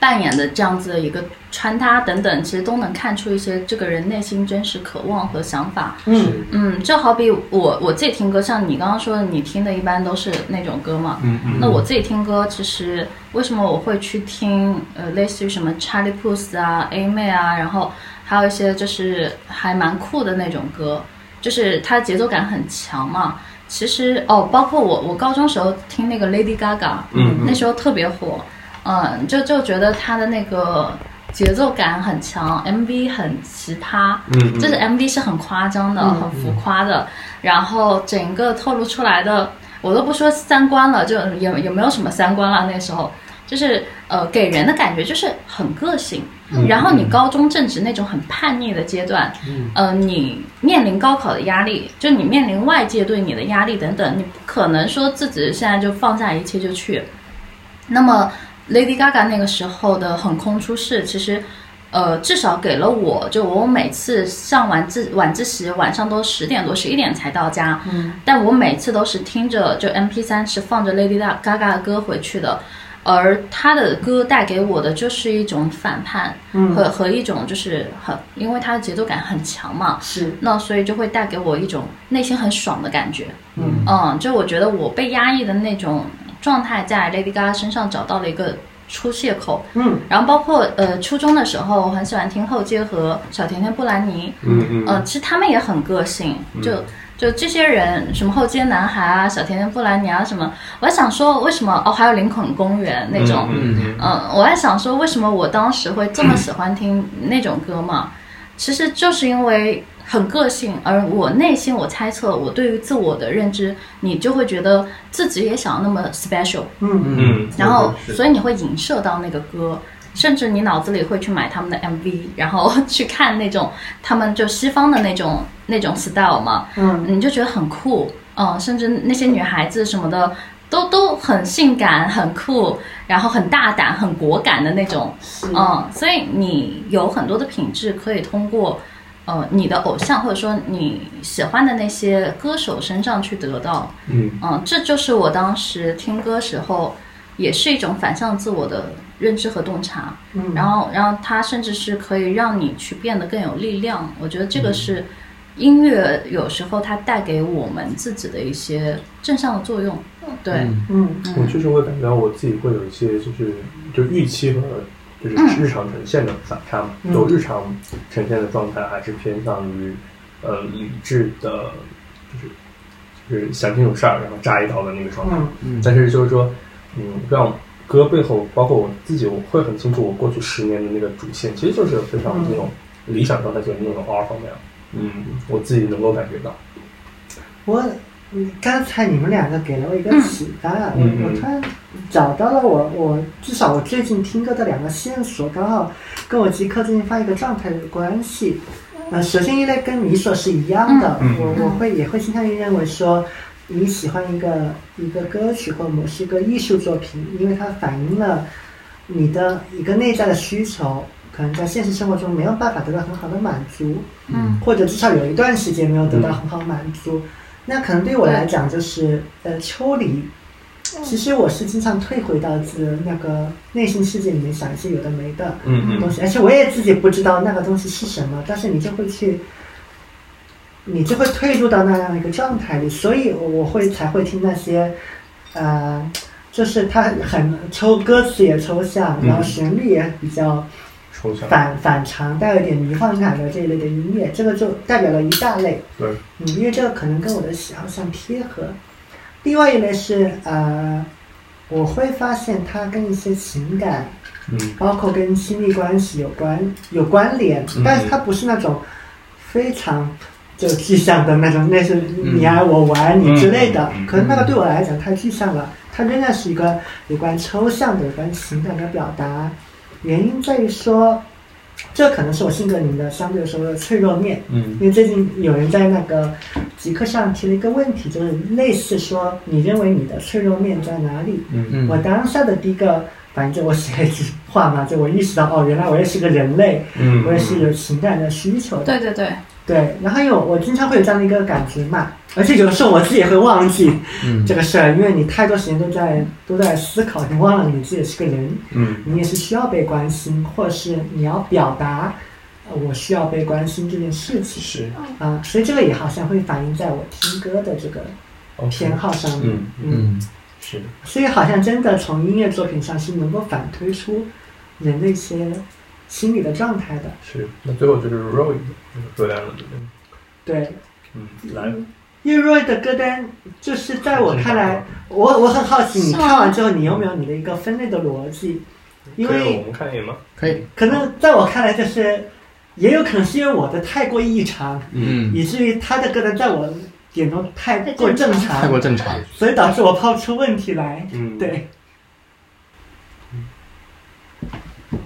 扮演的这样子的一个穿搭等等，其实都能看出一些这个人内心真实渴望和想法。
嗯，
嗯，就好比我我自己听歌，像你刚刚说的，你听的一般都是那种歌嘛。
嗯嗯，
那我自己听歌，其实为什么我会去听呃，类似于什么 Charlie Puth 啊、A 妹啊，然后还有一些就是还蛮酷的那种歌，就是它节奏感很强嘛。其实哦，包括我，我高中时候听那个 Lady Gaga，
嗯嗯
那时候特别火，嗯，就就觉得她的那个节奏感很强，MV 很奇葩，
嗯嗯
就是 MV 是很夸张的、
嗯
很浮夸的，然后整个透露出来的，我都不说三观了，就也也没有什么三观了。那时候就是呃，给人的感觉就是很个性。然后你高中正值那种很叛逆的阶段，
嗯
呃，你面临高考的压力，就你面临外界对你的压力等等，你不可能说自己现在就放下一切就去。那么 Lady Gaga 那个时候的横空出世，其实。呃，至少给了我，就我每次上晚自晚自习，晚上都十点多、十一点才到家，
嗯，
但我每次都是听着就 M P 三是放着 Lady Gaga 的歌回去的，而她的歌带给我的就是一种反叛，
嗯
和和一种就是很，因为它的节奏感很强嘛，
是，
那所以就会带给我一种内心很爽的感觉，
嗯
嗯，就我觉得我被压抑的那种状态在 Lady Gaga 身上找到了一个出泄口，
嗯
然后包括呃初中的时候，我很喜欢听后街和小甜甜布兰妮，
嗯
呃，其实他们也很个性，就就这些人，什么后街男孩啊、小甜甜布兰妮啊什么，我还想说为什么哦，还有林肯公园那种，
嗯嗯嗯
嗯，我还想说，为什么我当时会这么喜欢听那种歌嘛？其实就是因为很个性，而我内心我猜测，我对于自我的认知，你就会觉得自己也想要那么 special，
嗯
嗯，
然后
是
所以你会影射到那个歌，甚至你脑子里会去买他们的 MV，然后 去看那种他们就西方的那种那种 style 嘛，
嗯
你就觉得很酷，嗯，甚至那些女孩子什么的，都都很性感、很酷，然后很大胆、很果敢的那种，
是，
嗯，所以你有很多的品质可以通过，呃，你的偶像或者说你喜欢的那些歌手身上去得到，
嗯
嗯，这就是我当时听歌时候，也是一种反向自我的认知和洞察，
嗯
然后，然后它甚至是可以让你去变得更有力量。我觉得
嗯
这个是音乐有时候它带给我们自己的一些正向的作用。对，
嗯
嗯
我
嗯，
就是会感觉到我自己会有一些就是就预期和就是日常呈现的反差嘛，
嗯
就我日常呈现的状态还是偏向于呃理智的，就是就是想清楚事儿然后扎一刀的那个状态。
嗯
嗯
但是就是说，嗯，让歌背后，包括我自己，我会很清楚我过去十年的那个主线，其实就是非常那种
嗯
理想状态，就是那种 alpha 那样。嗯，我自己能够感觉到。
我嗯刚才你们两个给了我一个启发，我
嗯
我突然找到了我我至少我最近听歌的两个线索，刚好跟我极客最近发一个状态有关系。呃，首先一类跟你所是一样的，
嗯
我我会也会倾向于认为说。你喜欢一个一个歌曲或某是一个艺术作品，因为它反映了你的一个内在的需求，可能在现实生活中没有办法得到很好的满足。
嗯
或者至少有一段时间没有得到很好满足。那可能对我来讲就是呃抽离。其实我是经常退回到自己的那个内心世界里面想一些有的没的
嗯
东西，而且我也自己不知道那个东西是什么，但是你就会去，你就会退入到那样一个状态里，所以我会才会听那些，呃，就是它很抽歌词也抽象，然后旋律也比较。
抽象。
反反常带有点迷幻感的这一类的音乐，这个就代表了一大类。
对，
嗯，因为这个可能跟我的喜好相贴合。另外一类是呃，我会发现它跟一些情感，
嗯
包括跟亲密关系有关有关联，
嗯
但是它不是那种非常就具象的那种，类似你爱我，我爱你之类的。
嗯嗯嗯嗯
可能那个呃对我来讲太具象了，它仍然是一个有关抽象的、有关情感的表达。原因在于说，这可能是我性格里面的相对来说的脆弱面。
嗯
因为最近有人在那个极客上提了一个问题，就是类似说你认为你的脆弱面在哪里？
嗯
我当下的第一个反应就我写了一句话嘛，就我意识到哦，原来我也是个人类，
嗯
我也是有情感的需求的。
对对对，
对，然后有我经常会有这样的一个感觉嘛，而且有的时候我自己也会忘记
嗯
这个事儿，因为你太多时间都在都在思考，你忘了你自己是个人，
嗯
你也是需要被关心，或者是你要表达呃我需要被关心这件事情
是
啊，所以这个也好像会反映在我听歌的这个偏好上面。
哦嗯
嗯，
是
所以好像真的从音乐作品上是能够反推出人的一些心理的状态的。
是。那最后就是 Roy 说两个，
对，
嗯，来，
因为 Roy 的歌单就是在我看来，我我很好奇，你看完之后你有没有你的一个分类的逻辑？因
可以我
为
们看一眼吗？
可以，
可能在我看来就是，也有可能是因为我的太过异常，
嗯，
以至于他的歌单在我眼中太过正
太过正
常，
常，
所以导致我抛出问题来。
嗯，
对，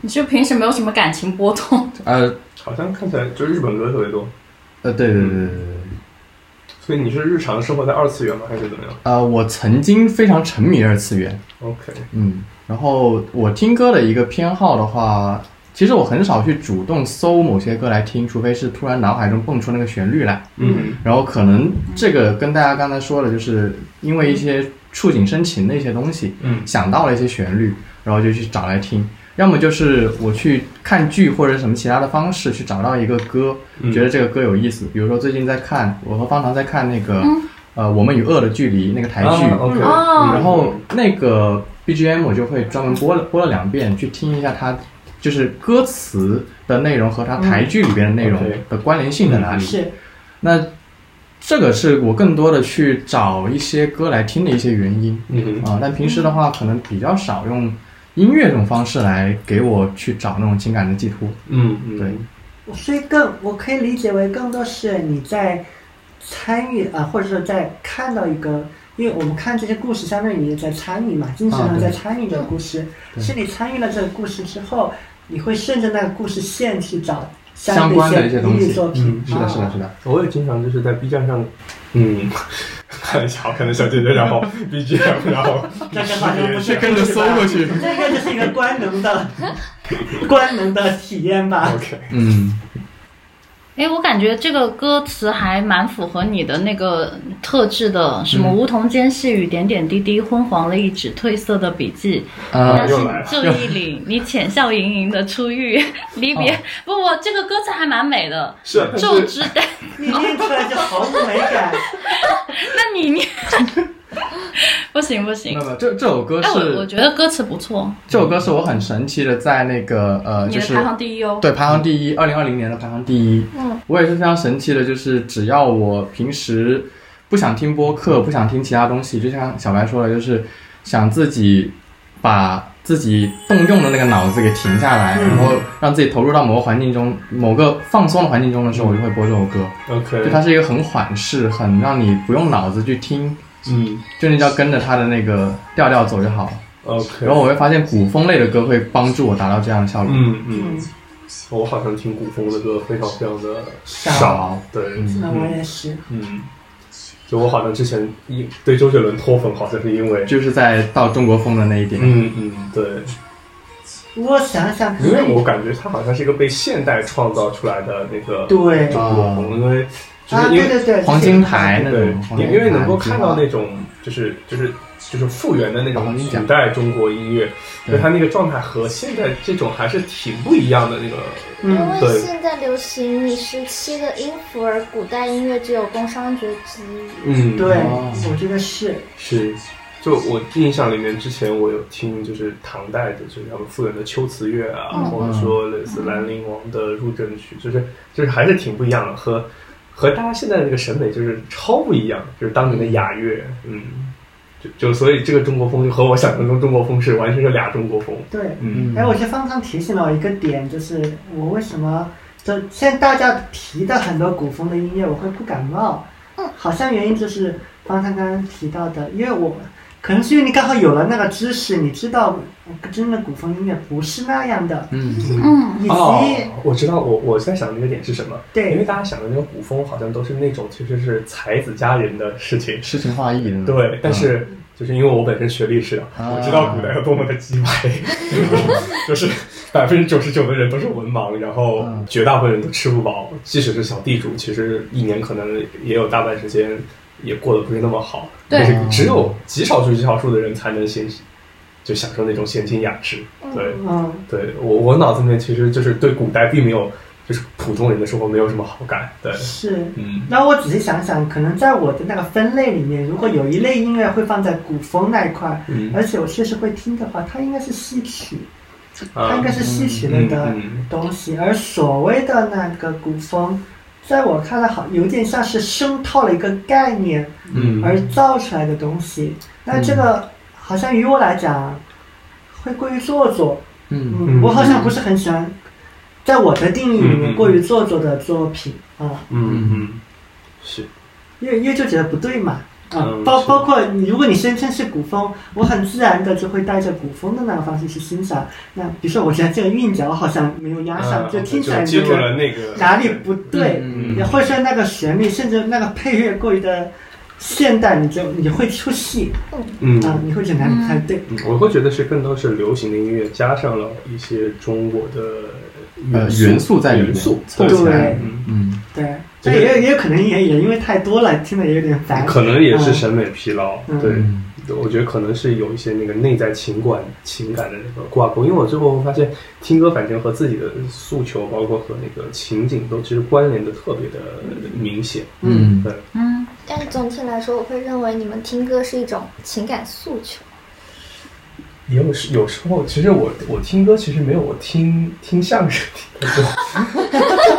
你就平时没有什么感情波动，
呃
好像看起来就日本歌特别多，
呃，对对对对对对。
所以你是日常生活在二次元吗？还是怎么样
呃，我曾经非常沉迷二次元，
？OK，
嗯，然后我听歌的一个偏好的话，其实我很少去主动搜某些歌来听，除非是突然脑海中蹦出那个旋律来，
嗯
然后可能这个跟大家刚才说的，就是因为一些触景生情的一些东西，
嗯
想到了一些旋律，然后就去找来听。要么就是我去看剧或者什么其他的方式去找到一个歌，
嗯
觉得这个歌有意思。比如说最近在看，我和方糖在看那个、呃《我们与恶的距离》那个台剧，
啊，OK，
哦
嗯
然后那个 BGM 我就会专门播了播了两遍，去听一下它就是歌词的内容和它台剧里边的内容
嗯，OK
的关联性在哪里。
嗯是
那这个是我更多的去找一些歌来听的一些原因
嗯
啊，但平时的话可能比较少用音乐这种方式来给我去找那种情感的寄托。
嗯嗯，
对，
所以更我可以理解为更多是你在参与啊、呃或者说在看到一个，因为我们看这些故事，相当于你在参与嘛，精神
啊
上
对
在参与这个故事，
对
是你参与了这个故事之后，你会顺着那个故事线去找
相关的
的
一些东
音
西
乐作品啊
嗯，
是的，是的，是
的。
的，
我也经常就是在 B 站上，嗯，看一下，我看到小姐姐，然后 BGM，然 后
那个好像不是
跟着搜过去
这个就是一个官能的官能的体验吧。
OK，
嗯，
哎，我感觉这个歌词还蛮符合你的那个特质的，什么
嗯
梧桐间细雨点点滴滴，昏黄了一纸褪色的笔记，
呃
但是
又
你
来了
注意里，你浅笑盈盈的出狱，离 别。不不，这个歌词还蛮美的，
哦是，
昼之 丹。
你念出来就毫无美感，
那你你， 不行不行
那，么这这首歌
哎，我我
是
觉得歌词不错，
这首歌是我很神奇的，在那个呃
你
就
的
是
排行第一哦。
对，排行第一，二零二零年的排行第一。
嗯，
我也是非常神奇的，就是只要我平时不想听播客，不想听其他东西，就像小白说的，就是想自己把自己动用的那个脑子给停下来，然后让自己投入到某个环境中，某个放松的环境中的时候，我就会播这首歌。就它
OK，
是一个很缓释，很让你不用脑子去听，
嗯
就你只要跟着它的那个调调走就好了。
，OK，
然后我会发现古风类的歌会帮助我达到这样的效果。
嗯嗯，我好像听古风的歌非常非常的少
少，
对，
那我也是。
嗯，就我好像之前一对周杰伦脱粉，好像是因为，
就是在到中国风的那一点。
嗯嗯，对，
我想想，
因为我感觉他好像是一个被现代创造出来的那个
对
中国风，因为就是
啊，
因
对
为
对对，
黄金台那
对
种，黄金
因
台
因为能够看到那种就是就是就是复原的那种古代中国音乐，
对
就它那个状态和现在这种还是挺不一样的那个。
嗯
因
对
为现在流行你时期的音符，而古代音乐只有工商角之一。
嗯
对，
哦
我觉得是，
是。就我印象里面，之前我有听就是唐代的，就是他们复原的秋词乐啊，
嗯
或者说类似兰陵王的入阵曲，就是就是还是挺不一样的，和和大家现在的这个审美就是超不一样，就是当年的雅乐，嗯，就就所以这个中国风就和我想象中中国风是完全是俩中国风，
对。
嗯
哎，我觉得方糖提醒了我一个点，就是我为什么就现在大家提的很多古风的音乐，我会不感冒。
嗯，
好像原因就是方糖刚刚提到的，因为我可能是因为你刚好有了那个知识，你知道真的古风音乐不是那样的，
嗯，
嗯，
以及、
哦，我知道，我我在想的那个点是什么？因为
对
大家想的那种古风，好像都是那种其实是才子佳人的事情。
诗情画意的。
嗯对，但是
嗯
就是因为我本身学历史的，
啊
我知道古代有多么的鸡 歪，就是百分之九十九的人都是文盲，然后
嗯
绝大部分人都吃不饱，即使是小地主，其实一年可能也有大半时间也过得不是那么好。
对
但是只有极少数极少数的人才能先就享受那种闲情雅致。对，
嗯，
对我我脑子里面其实就是对古代并没有就是普通人的生活没有什么好感。对，
是。
嗯，
那我仔细想想，可能在我的那个分类里面，如果有一类音乐会放在古风那一块儿，
嗯
而且我确实会听的话，它应该是戏曲，它应
啊
该是戏曲类
嗯
的
嗯
东西。而所谓的那个古风，在我看来好有点像是渗透了一个概念
嗯，
而造出来的东西。那这个好像于我来讲，会过于做作。
嗯
嗯，
嗯
我好像不是很喜欢，在我的定义里
嗯嗯
面
嗯
过于做作的作品啊。
嗯嗯是。
因为因为就觉得不对嘛。啊
嗯，
包
是
包括你，如果你声称是古风，我很自然的就会带着古风的那个方式去欣赏。那比如说，我觉得这个韵脚好像没有压上，
嗯
就听起
就
来你
进
就
入
觉得
了那个
哪里不对，
嗯
也或者说那个旋律，甚至那个配乐过于的现代，你就你会出戏
嗯
啊，你会觉得哪里不太对。
嗯我会觉得是更多是流行的音乐加上了一些中国的
呃元素在里面
元素
凑
起来
对嗯
嗯，
对，
就
但
是
也也有可能也也因为太多了，听得也有点烦。
可能也是审美疲劳，
嗯
对，
嗯
我觉得可能是有一些那个内在情感情感的那个挂钩，因为我最后发现听歌反正和自己的诉求，包括和那个情景都其实关联的特别的明显。
嗯
对，
嗯，
但是总体来说，我会认为你们听歌是一种情感诉求。
也有时有时候，其实我我听歌其实没有我听听相声听得多。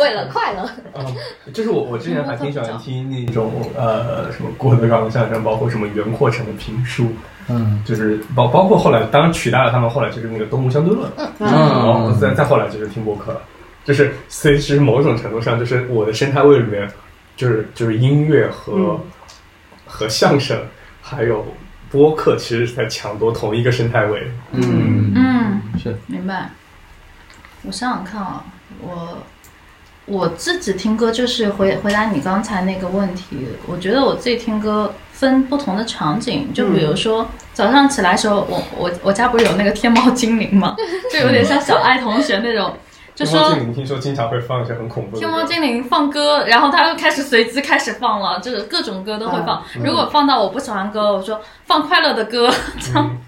为了快乐，
啊，就是我我之前还挺喜欢听那种呃什么郭德纲的相声，包括什么袁阔成的评书，
嗯
就是包包括后来当然取代了他们，后来就是那个东吴相对论，然后
嗯
再再后来就是听播客了，就是所以其实某种程度上就是我的生态位里面，就是就是音乐和、
嗯
和相声还有播客其实是在抢夺同一个生态位，
嗯
嗯，
是
明白。我想想看啊，我我自己听歌就是回回答你刚才那个问题，我觉得我自己听歌分不同的场景，就比如说早上起来的时候，我我我家不是有那个天猫精灵 嘛，就有点像小爱同学那种，就
天猫
说
精灵听说经常会放一些很恐怖的
天
歌
猫精灵放歌，然后他又开始随机开始放了，就是各种歌都会放。如果放到我不喜欢歌，我说放快乐的歌，这样、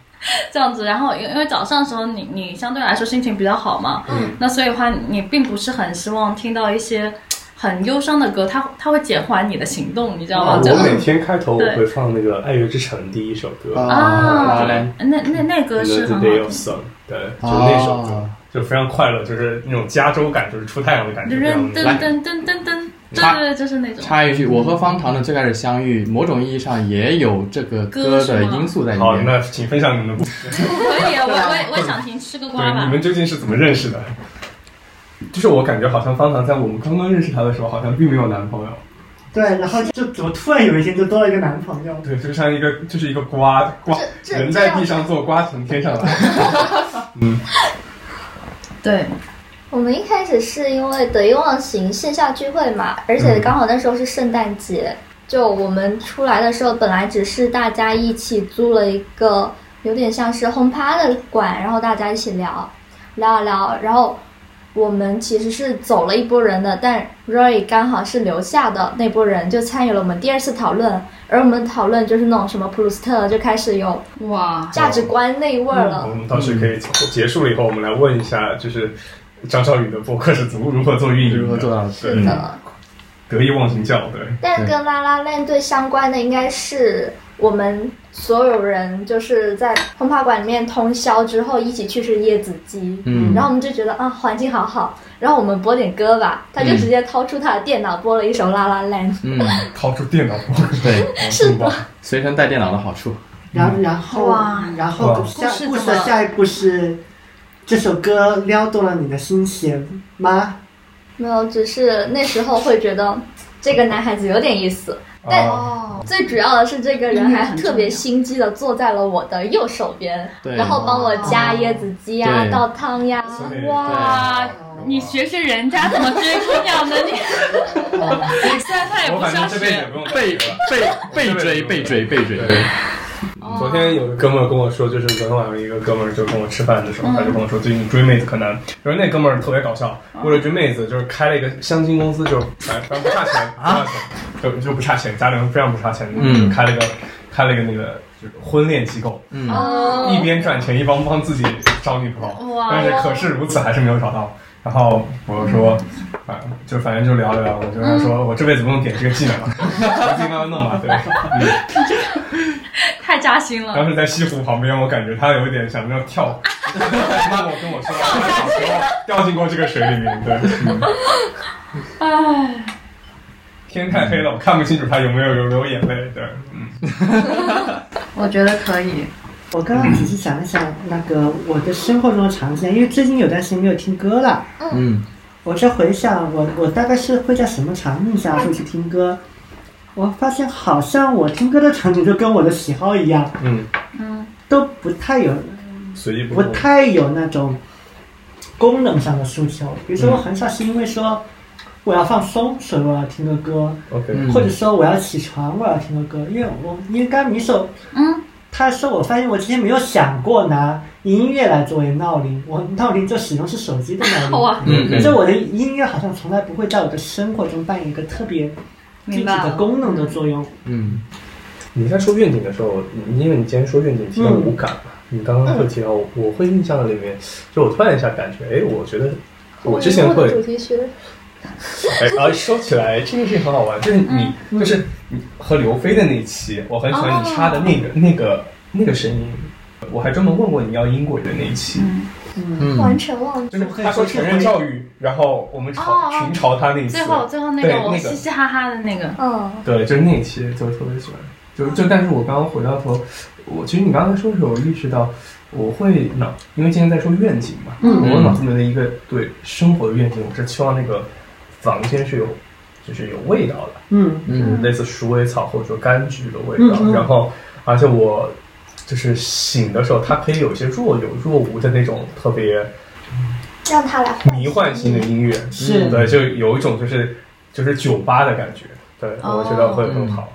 这样子。然后因因为早上的时候你你相对来说心情比较好嘛，
嗯
那所以的话你并不是很希望听到一些很忧伤的歌，它它会减缓你的行动，你知道吗？
啊，
就
我每天开头我
嗯对
会放那个《爱乐之城》第一首歌，
啊
啊
拉嘞，
那那那歌是很
The
好
Day
听。
of Sun，对，就是那首歌，
啊
就非常快乐，就是那种加州感，就是出太阳的感觉。非常
噔噔
明白
噔噔噔噔，对
来
对对，就是那种。
插一句，我和方糖的最开始相遇，某种意义上也有这个歌的因素在里
好，
面。
那请分享你们的故事。
可以啊，我我也我也想听，吃个瓜
对，你
吧。
们究竟是怎么认识的？就是我感觉好像方糖在我们刚刚认识他的时候，好像并没有男朋友。
对，然后就怎么突然有一天就多了一个男朋友？
对，就像一个就是一个瓜瓜，
这这
人在地上坐，瓜从天上来。
对，
我们一开始是因为得意忘形线下聚会嘛，而且刚好那时候是圣诞节，就我们出来的时候，本来只是大家一起租了一个有点像是轰趴的馆，然后大家一起聊聊一聊，然后我们其实是走了一波人的，但 Roy 刚好是留下的那波人，就参与了我们第二次讨论，而我们讨论就是那种什么普鲁斯特，就开始有
哇，
价值观那一味儿了。
嗯
我们到时可以结束了以后，我们来问一下，就是张少宇的博客是怎么如何做运营的，
如何做到的
对
是的，
得意忘形教，对。
但跟拉拉链队相关的，应该是我们所有人就是在轰趴馆里面通宵之后一起去吃椰子鸡，
嗯
然后我们就觉得啊环境好好，然后我们播点歌吧，他就
嗯
直接掏出他的电脑播了一首拉拉链，
嗯，
掏出电脑播客，
对，
是
吧？
随身带电脑的好处。
然然后
哇
然
哇
故
后下
事怎
故
么
事的下一步是这首歌撩动了你的心弦吗？
没有，只是那时候会觉得这个男孩子有点意思，但
啊，
哦，最主要的是这个人还特别心机的坐在了我的右手边，
对
然后帮我加椰子鸡呀、
对
倒汤呀。
哦所以
哎哇，你学学人家怎么追姑娘的你，虽然他也
我
不
反
是要
正这辈子也
学，
不用
被被被追被追被追，对
昨天有个哥们儿跟我说，就是昨天晚上一个哥们儿就跟我吃饭的时候，他就跟我说最近追妹子可难。就是那哥们儿特别搞笑，为了追妹子，就是开了一个相亲公司，就是反反正不差钱，不差钱，就就不差钱，家里人非常不差钱，
嗯
就开了一个开了一个那个就是婚恋机构，
嗯
哦
一边赚钱一帮帮自己找女朋友。
哇，
但是可是如此还是没有找到。然后我说，啊，就反正就聊了聊，我就跟他说，我这辈子不用点这个技能了，我自己慢慢弄吧。对，
太扎心了。
当时在西湖旁边，我感觉他有一点想要跳，那我跟我说，他小时候掉进过这个水里面，对，嗯
唉，
天太黑了，我看不清楚他有没有流流眼泪，对，嗯，
我觉得可以。
我刚刚仔细想一想，那个我的生活中的常见，因为最近有段时间没有听歌了，
嗯
我在回想我我大概是会在什么场景下会去听歌，我发现好像我听歌的场景就跟我的喜好一样，
嗯，
嗯，
都不太有
随意
不
动
太有那种功能上的诉求。比如说，我很少是因为说我要放松，所以我要听个歌，
，OK，
嗯
或者说我要起床，我要听个歌。因为我因为刚刚米手，
嗯，
他说我发现我之前没有想过拿音乐来作为闹铃，我闹铃就始终是手机的 闹
哇，
嗯
铃，
嗯
就我的音乐好像从来不会在我的生活中扮演一个特别
明
具体
白
的
了
功能的作用。
嗯
你在说愿景的时候，你因为你今天说愿景提到五感嘛，你刚刚会提到，我会印象里面，就我突然一下感觉，哎，我觉得我之前
我
会
的主题曲
哎，然后说起来这件事情很好玩，就是你，
嗯
就是你和刘飞的那一期，我很喜欢你
哦
插的那个、那个、那个声音，我还专门问过你要音轨的那一期，
嗯，
嗯
完全忘记
就是他说成人教育，然后我们
哦
嘲
哦
群嘲他那一期
最，后最后那
对
个我
那个
嘻嘻哈哈的那个，
嗯，
对，就是那一期，就特别喜欢，就就但是我刚刚回到头，我其实你刚才说的时候，我意识到我会脑，因为今天在说愿景嘛，
嗯
我脑子里面的一个对生活的愿景，我是期望那个房间是有就是有味道的。
嗯
嗯
类似鼠尾草或者说柑橘的味道。
嗯嗯
然后，而且我就是醒的时候，它可以有一些若有若无的那种特别
让他来唤醒
迷幻性的音乐，嗯
是
对，就有一种就是就是酒吧的感觉。对，
哦
我觉得会很好。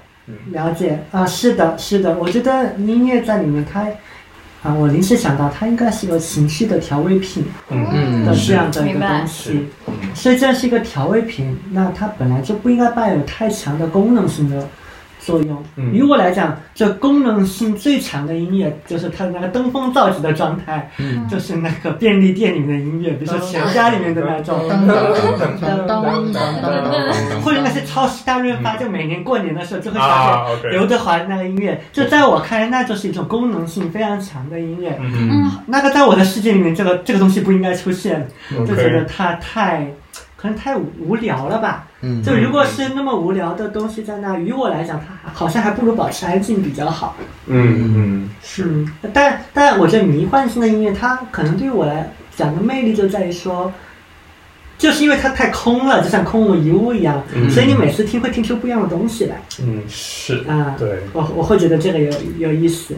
了解啊，是的，是的，我觉得音乐在里面它，啊，我临时想到它应该是个情绪的调味品
嗯
嗯
的这样的一
明
个
白
东西，
嗯
所以这是一个调味品，那它本来就不应该伴有太强的功能性的作用。
嗯
于我来讲，这功能性最强的音乐就是它的那个登峰造极的状态，
嗯
就是那个便利店里面的音乐，比如说全家里面的那种。或者那些超市大润发，就每年过年的时候就会
啊
发
，OK
现 刘德华那个音乐，就在我看来，那就是一种功能性非常强的音乐。
嗯
那个在我的世界里面，这个这个东西不应该出现，
嗯
就觉得
，OK，
它太可能太无聊了吧。
嗯
就如果是那么无聊的东西在那，于我来讲，它好像还不如保持安静比较好。
嗯嗯
嗯，但但我觉得迷幻性的音乐，它可能对我来讲的魅力就在于说，就是因为它太空了，就像空无一物一样，
嗯
所以你每次听会听出不一样的东西来
嗯，是，
啊。
对。
我我会觉得这个有有意思，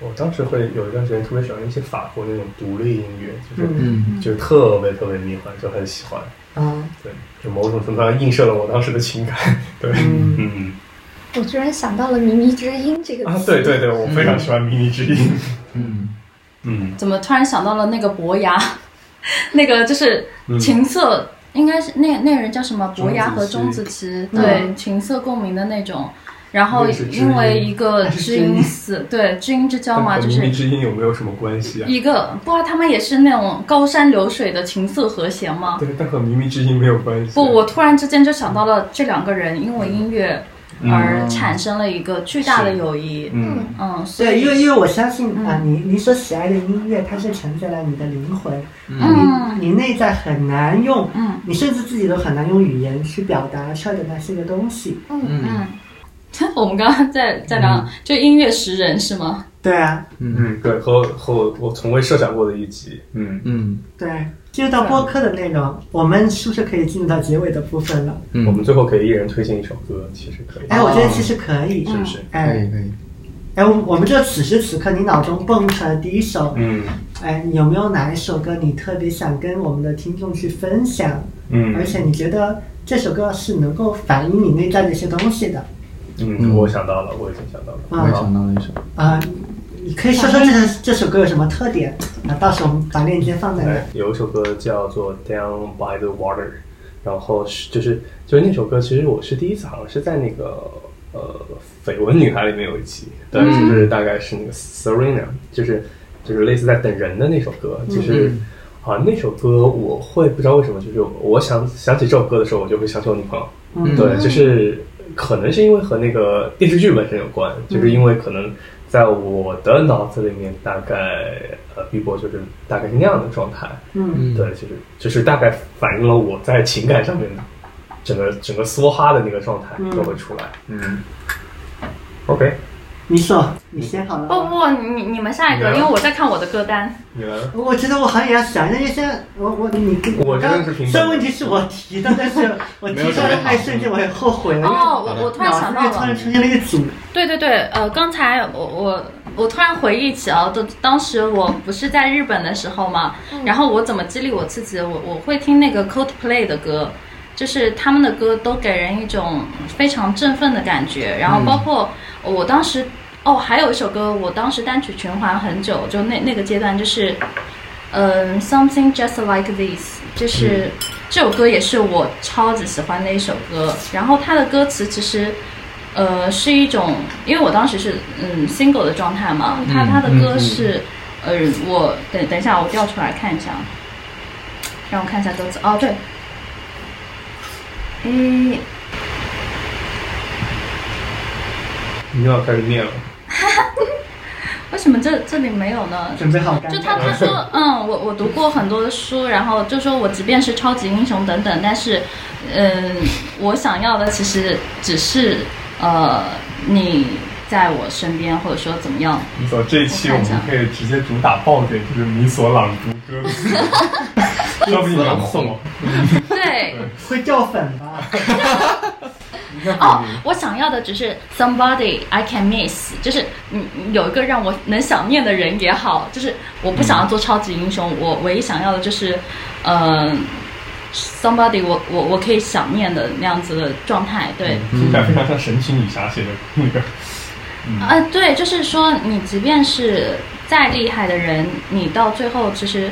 我当时会有一段时间特别喜欢一些法国那种独立音乐，就是、
嗯
嗯
就特别特别迷幻，就很喜欢。
啊，
对，就某种程度上映射了我当时的情感。对，
嗯
嗯
我居然想到了“靡靡之音”这个
啊，
词，
对对对，我非常喜欢《迷你之音》。
嗯
嗯，
怎么突然想到了那个伯牙， 那个就是
嗯
琴瑟，应该是那那个人叫什么？伯牙和钟子期，
钟子期
对，琴瑟共鸣的那种。然后
那是知音
因为一个知音
那是知音
死，对知音之交
但
嘛，
和《
就
迷
是
你之音》有没有什么关系啊？
一个不啊，他们也是那种高山流水的琴瑟和弦嘛。
对，但和《迷你之音》没有关系。啊
不，我突然之间就想到了这两个人因为音乐而
嗯
产生了一个巨大的友谊。
嗯
嗯，所
对，
以
因为因为我相信啊，你你所喜爱的音乐，它是承载了你的灵魂，
嗯
你你内在很难用，
嗯
你甚至自己都很难用语言去表达出来的那些个东西。
嗯
嗯，我们刚刚在在聊就音乐识人是吗？
对啊，
嗯
嗯，对，和和我我从未设想过的一集，嗯，
嗯
对。进入到播客的内容，我们是不是可以进入到结尾的部分了？
嗯，
我们最后可以一人推荐一首歌，其实可以，
哎，我觉得其实可以，
是不是？
可以
哎
可以，
哎，我我们就此时此刻，你脑中蹦出来第一首，
嗯
哎，你有没有哪一首歌你特别想跟我们的听众去分享？
嗯，
而且你觉得这首歌是能够反映你内在的一些东西的
嗯，
嗯
我想到了，我已经想到了，
我也
啊
想到了一首，
啊、你可以说说这首这首歌有什么特点啊？到时候我们把链接放在
哎
那。，
有一首歌叫做《Down by the Water》，然后是就是就是那首歌，其实我是第一次好像是在那个呃《绯闻女孩》里面有一集，但是就是大概是那个 Serena，、就是就是类似在等人的那首歌，就是。啊，那首歌我会不知道为什么，就是我想想起这首歌的时候，我就会想起我女朋友。
嗯
对，就是可能是因为和那个电视剧本身有关，就是因为可能在我的脑子里面，大概呃，Bebo 就是大概是那样的状态。
嗯
嗯
对，就是就是大概反映了我在情感上面的整个整个梭哈的那个状态
嗯
都会出来。嗯，OK，
你说，你先好了
不
吧。
不，你你们下一个，因为我在看我的歌单。
你来了。
我觉得我好像也要想一下，因为现在我我你跟
我真的
刚
是平等
虽然问题是我提的，但是我提出来的那一瞬间我也后悔了，
哦，
好
我
的
我
因
突
为
然
脑
想
子
到
里突
了
然，出现了一个组，
对对对，呃，刚才我我我突然回忆起啊，当当时我不是在日本的时候嘛，然后我怎么激励我自己？我我会听那个 Coldplay 的歌，就是他们的歌都给人一种非常振奋的感觉，然后包括我当时。哦，还有一首歌，我当时单曲循环很久，就那那个阶段就是，嗯、s o m e t h i n g Just Like This，就是、这首歌也是我超级喜欢的一首歌。然后它的歌词其实，呃，是一种，因为我当时是嗯 single 的状态嘛，它它的歌是，呃，我等等一下，我调出来看一下，让我看一下歌词。哦，对，诶，
你又要开始念了，
为什么这这里没有呢？
准备好干。
就他他说，嗯，我我读过很多的书，然后就说我即便是超级英雄等等，但是，嗯，我想要的其实只是呃你在我身边，或者说怎么样。
你走这一期我们可以直接主打爆点，就是米索朗读歌 词，要不你能火。
对，
会掉粉吧？
哦，我想要的只是 somebody I can miss，就是嗯有一个让我能想念的人也好，就是我不想要做超级英雄，我唯一想要的就是，嗯、somebody 我我我可以想念的那样子的状态，对。
听起来非常像神奇女侠写的那个。
呃，对，就是说，你即便是再厉害的人，你到最后其实，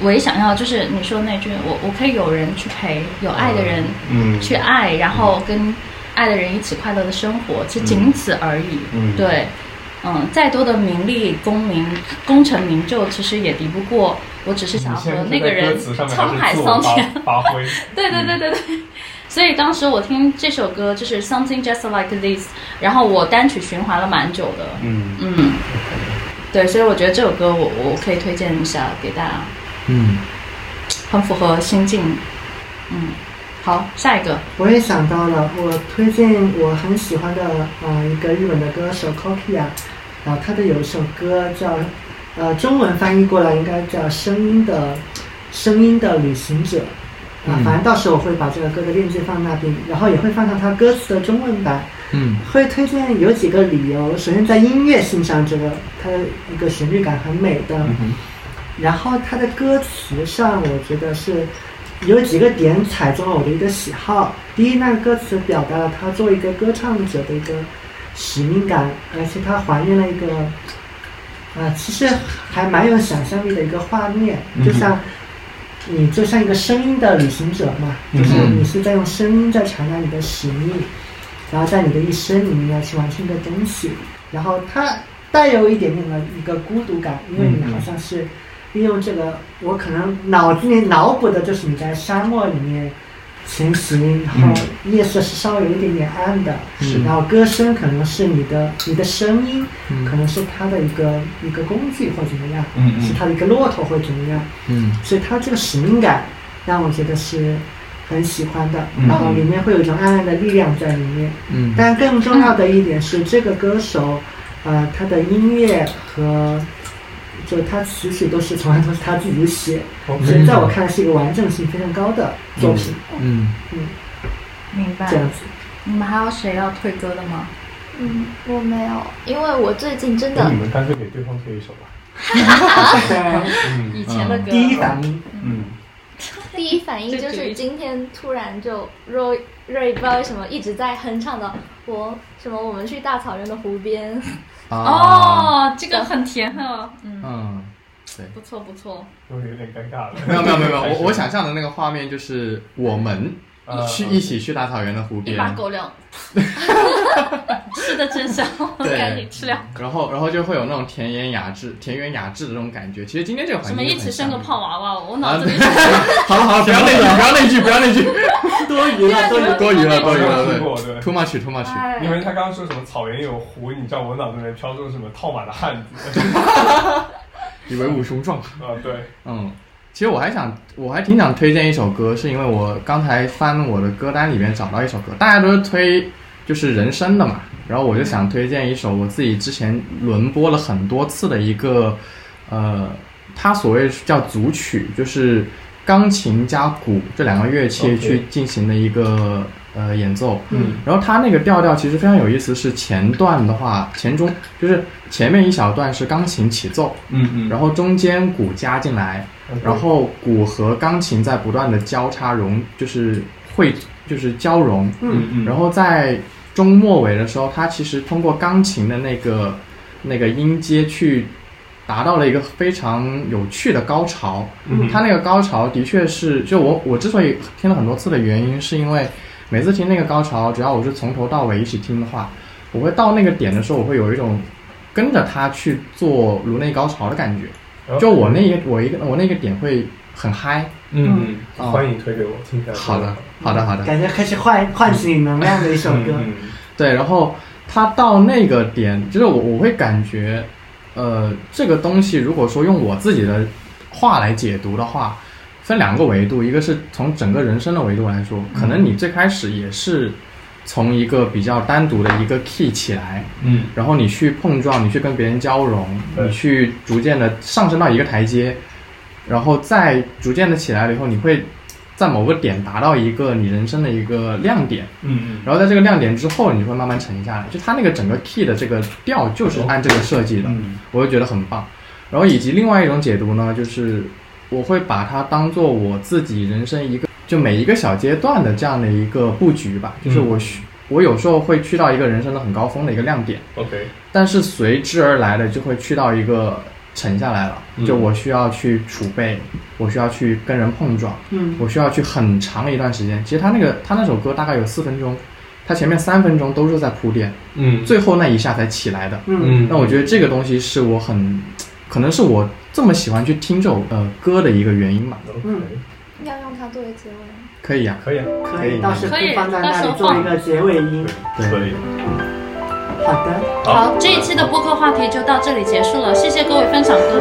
我也想要，就是你说那句，我我可以有人去陪，有爱的人
嗯
去爱，然后跟爱的人一起快乐的生活，其实仅此而已。
嗯
对，嗯，再多的名利、功名、功成名就，其实也敌不过，我只是想和那个人沧海桑田。
发挥。
对对对对对。所以当时我听这首歌就是《Something Just Like This》，然后我单曲循环了蛮久的。
嗯，
嗯，对，所以我觉得这首歌我我可以推荐一下给大家，
嗯
很符合心境。嗯，好，下一个。
我也想到了，我推荐我很喜欢的呃一个日本的歌手 Kokia，然后他的有一首歌叫呃中文翻译过来应该叫《声音的声音的旅行者》啊、
嗯
反正到时候我会把这个歌的链接放那边，然后也会放上它歌词的中文版。
嗯
会推荐有几个理由，首先在音乐性上，这个它的一个旋律感很美的，
嗯
然后它的歌词上，我觉得是有几个点踩中了我的一个喜好。第一，那个歌词表达了他作为一个歌唱者的一个使命感，而且它还原了一个啊、其实还蛮有想象力的一个画面，就像。你就像一个声音的旅行者嘛，就是
嗯
你是在用声音在传达你的使命，然后在你的一生里面要去完成一个东西，然后它带有一点点的一个孤独感，因为你好像是利用这个，我可能脑子里脑补的就是你在沙漠里面前行，然后夜色是稍微有一点点暗的，
嗯
是
然后歌声可能是你的你的声音，
嗯
可能是它的一个一个工具或怎么样，
嗯嗯
是它的一个骆驼或怎么样，
嗯
所以它这个使命感让我觉得是很喜欢的，
嗯
然后里面会有一种暗暗的力量在里面。
嗯
但更重要的一点是，这个歌手呃，他的音乐和就他词曲都是从来都是他自己写，所以在我看来是一个完整性非常高的作品，
嗯，
明白
这。样子。
你们还有谁要推歌的吗？
嗯，我没有，因为我最近真
那
的
你们干脆给对方推一首吧。嗯
以前的歌，
第一反应，
嗯，
第一反应就是今天突然就 Roy Roy 不知道为什么一直在哼唱的我什么我们去大草原的湖边，
啊，
哦，这个很甜哦，嗯，
嗯，
不错不错，
我有点尴尬了。
没有没有没有没有，我我想象的那个画面就是我们
呃
去一起去大草原的湖
一
边，
把狗 粮，吃的真香，
对
赶紧吃了。
然后然后就会有那种田园雅致、田园雅致的这种感觉。其实今天这个
什
环境
么一
就
起
很
生个
像
胖娃娃，我
啊
脑子
对
里
好了好了，不要那句，不要那句，不要那句，
多余了，多余了。
多余了多余了，
听
对
过对。
，too much too much。
哎
因为他刚刚说什么草原有湖，你知道我脑子里面飘出什么套马的汉子
以为武雄壮。
啊？对，
嗯，其实我还想，我还挺想推荐一首歌，是因为我刚才翻我的歌单里面找到一首歌，大家都是推就是人声的嘛，然后我就想推荐一首我自己之前轮播了很多次的一个，呃，它所谓叫组曲，就是钢琴加鼓这两个乐器
OK
去进行的一个呃演奏。
嗯
然后它那个调调其实非常有意思，是前段的话，前中就是前面一小段是钢琴起奏，
嗯
然后中间鼓加进来，
嗯
然后鼓和钢琴在不断的交叉融，就是会就是交融，
嗯嗯，
然后在中末尾的时候，它其实通过钢琴的那个那个音阶去达到了一个非常有趣的高潮。
嗯
它那个高潮的确是，就我我之所以听了很多次的原因，是因为每次听那个高潮，只要我是从头到尾一起听的话，我会到那个点的时候，我会有一种跟着它去做颅内高潮的感觉。就我那一我一个我那个点会很嗨。
嗯，
哦
欢迎推给我，听起来
好的，好的，好的。
感觉开始唤唤起你能量的一首
嗯
歌，
嗯
对，然后他到那个点，就是我我会感觉，呃，这个东西如果说用我自己的话来解读的话，分两个维度，一个是从整个人生的维度来说，可能你最开始也是从一个比较单独的一个 key 起来，
嗯
然后你去碰撞，你去跟别人交融，
对
你去逐渐的上升到一个台阶，然后再逐渐的起来了以后，你会在某个点达到一个你人生的一个亮点。
嗯
然后在这个亮点之后，你就会慢慢沉下来。就它那个整个 key 的这个调就是按这个设计的，
嗯
我就觉得很棒。然后以及另外一种解读呢，就是我会把它当做我自己人生一个就每一个小阶段的这样的一个布局吧。就是我
嗯
需我有时候会去到一个人生的很高峰的一个亮点，
，OK，
但是随之而来的就会去到一个沉下来了。
嗯
就我需要去储备，我需要去跟人碰撞。
嗯，
我需要去很长一段时间。其实他那个他那首歌大概有四分钟，他前面三分钟都是在铺垫，
嗯
最后那一下才起来的。
嗯，
那我觉得这个东西是我很，可能是我这么喜欢去听这首呃歌的一个原因吧。
嗯
嗯
要用它作为结尾。
可以啊，
可以啊，
可以，到时
可
可
以
以放在
到
那
时候
里做一个结尾音。
对
可以，
好的，
好，这一期的播客话题就到这里结束了，谢谢各位分享歌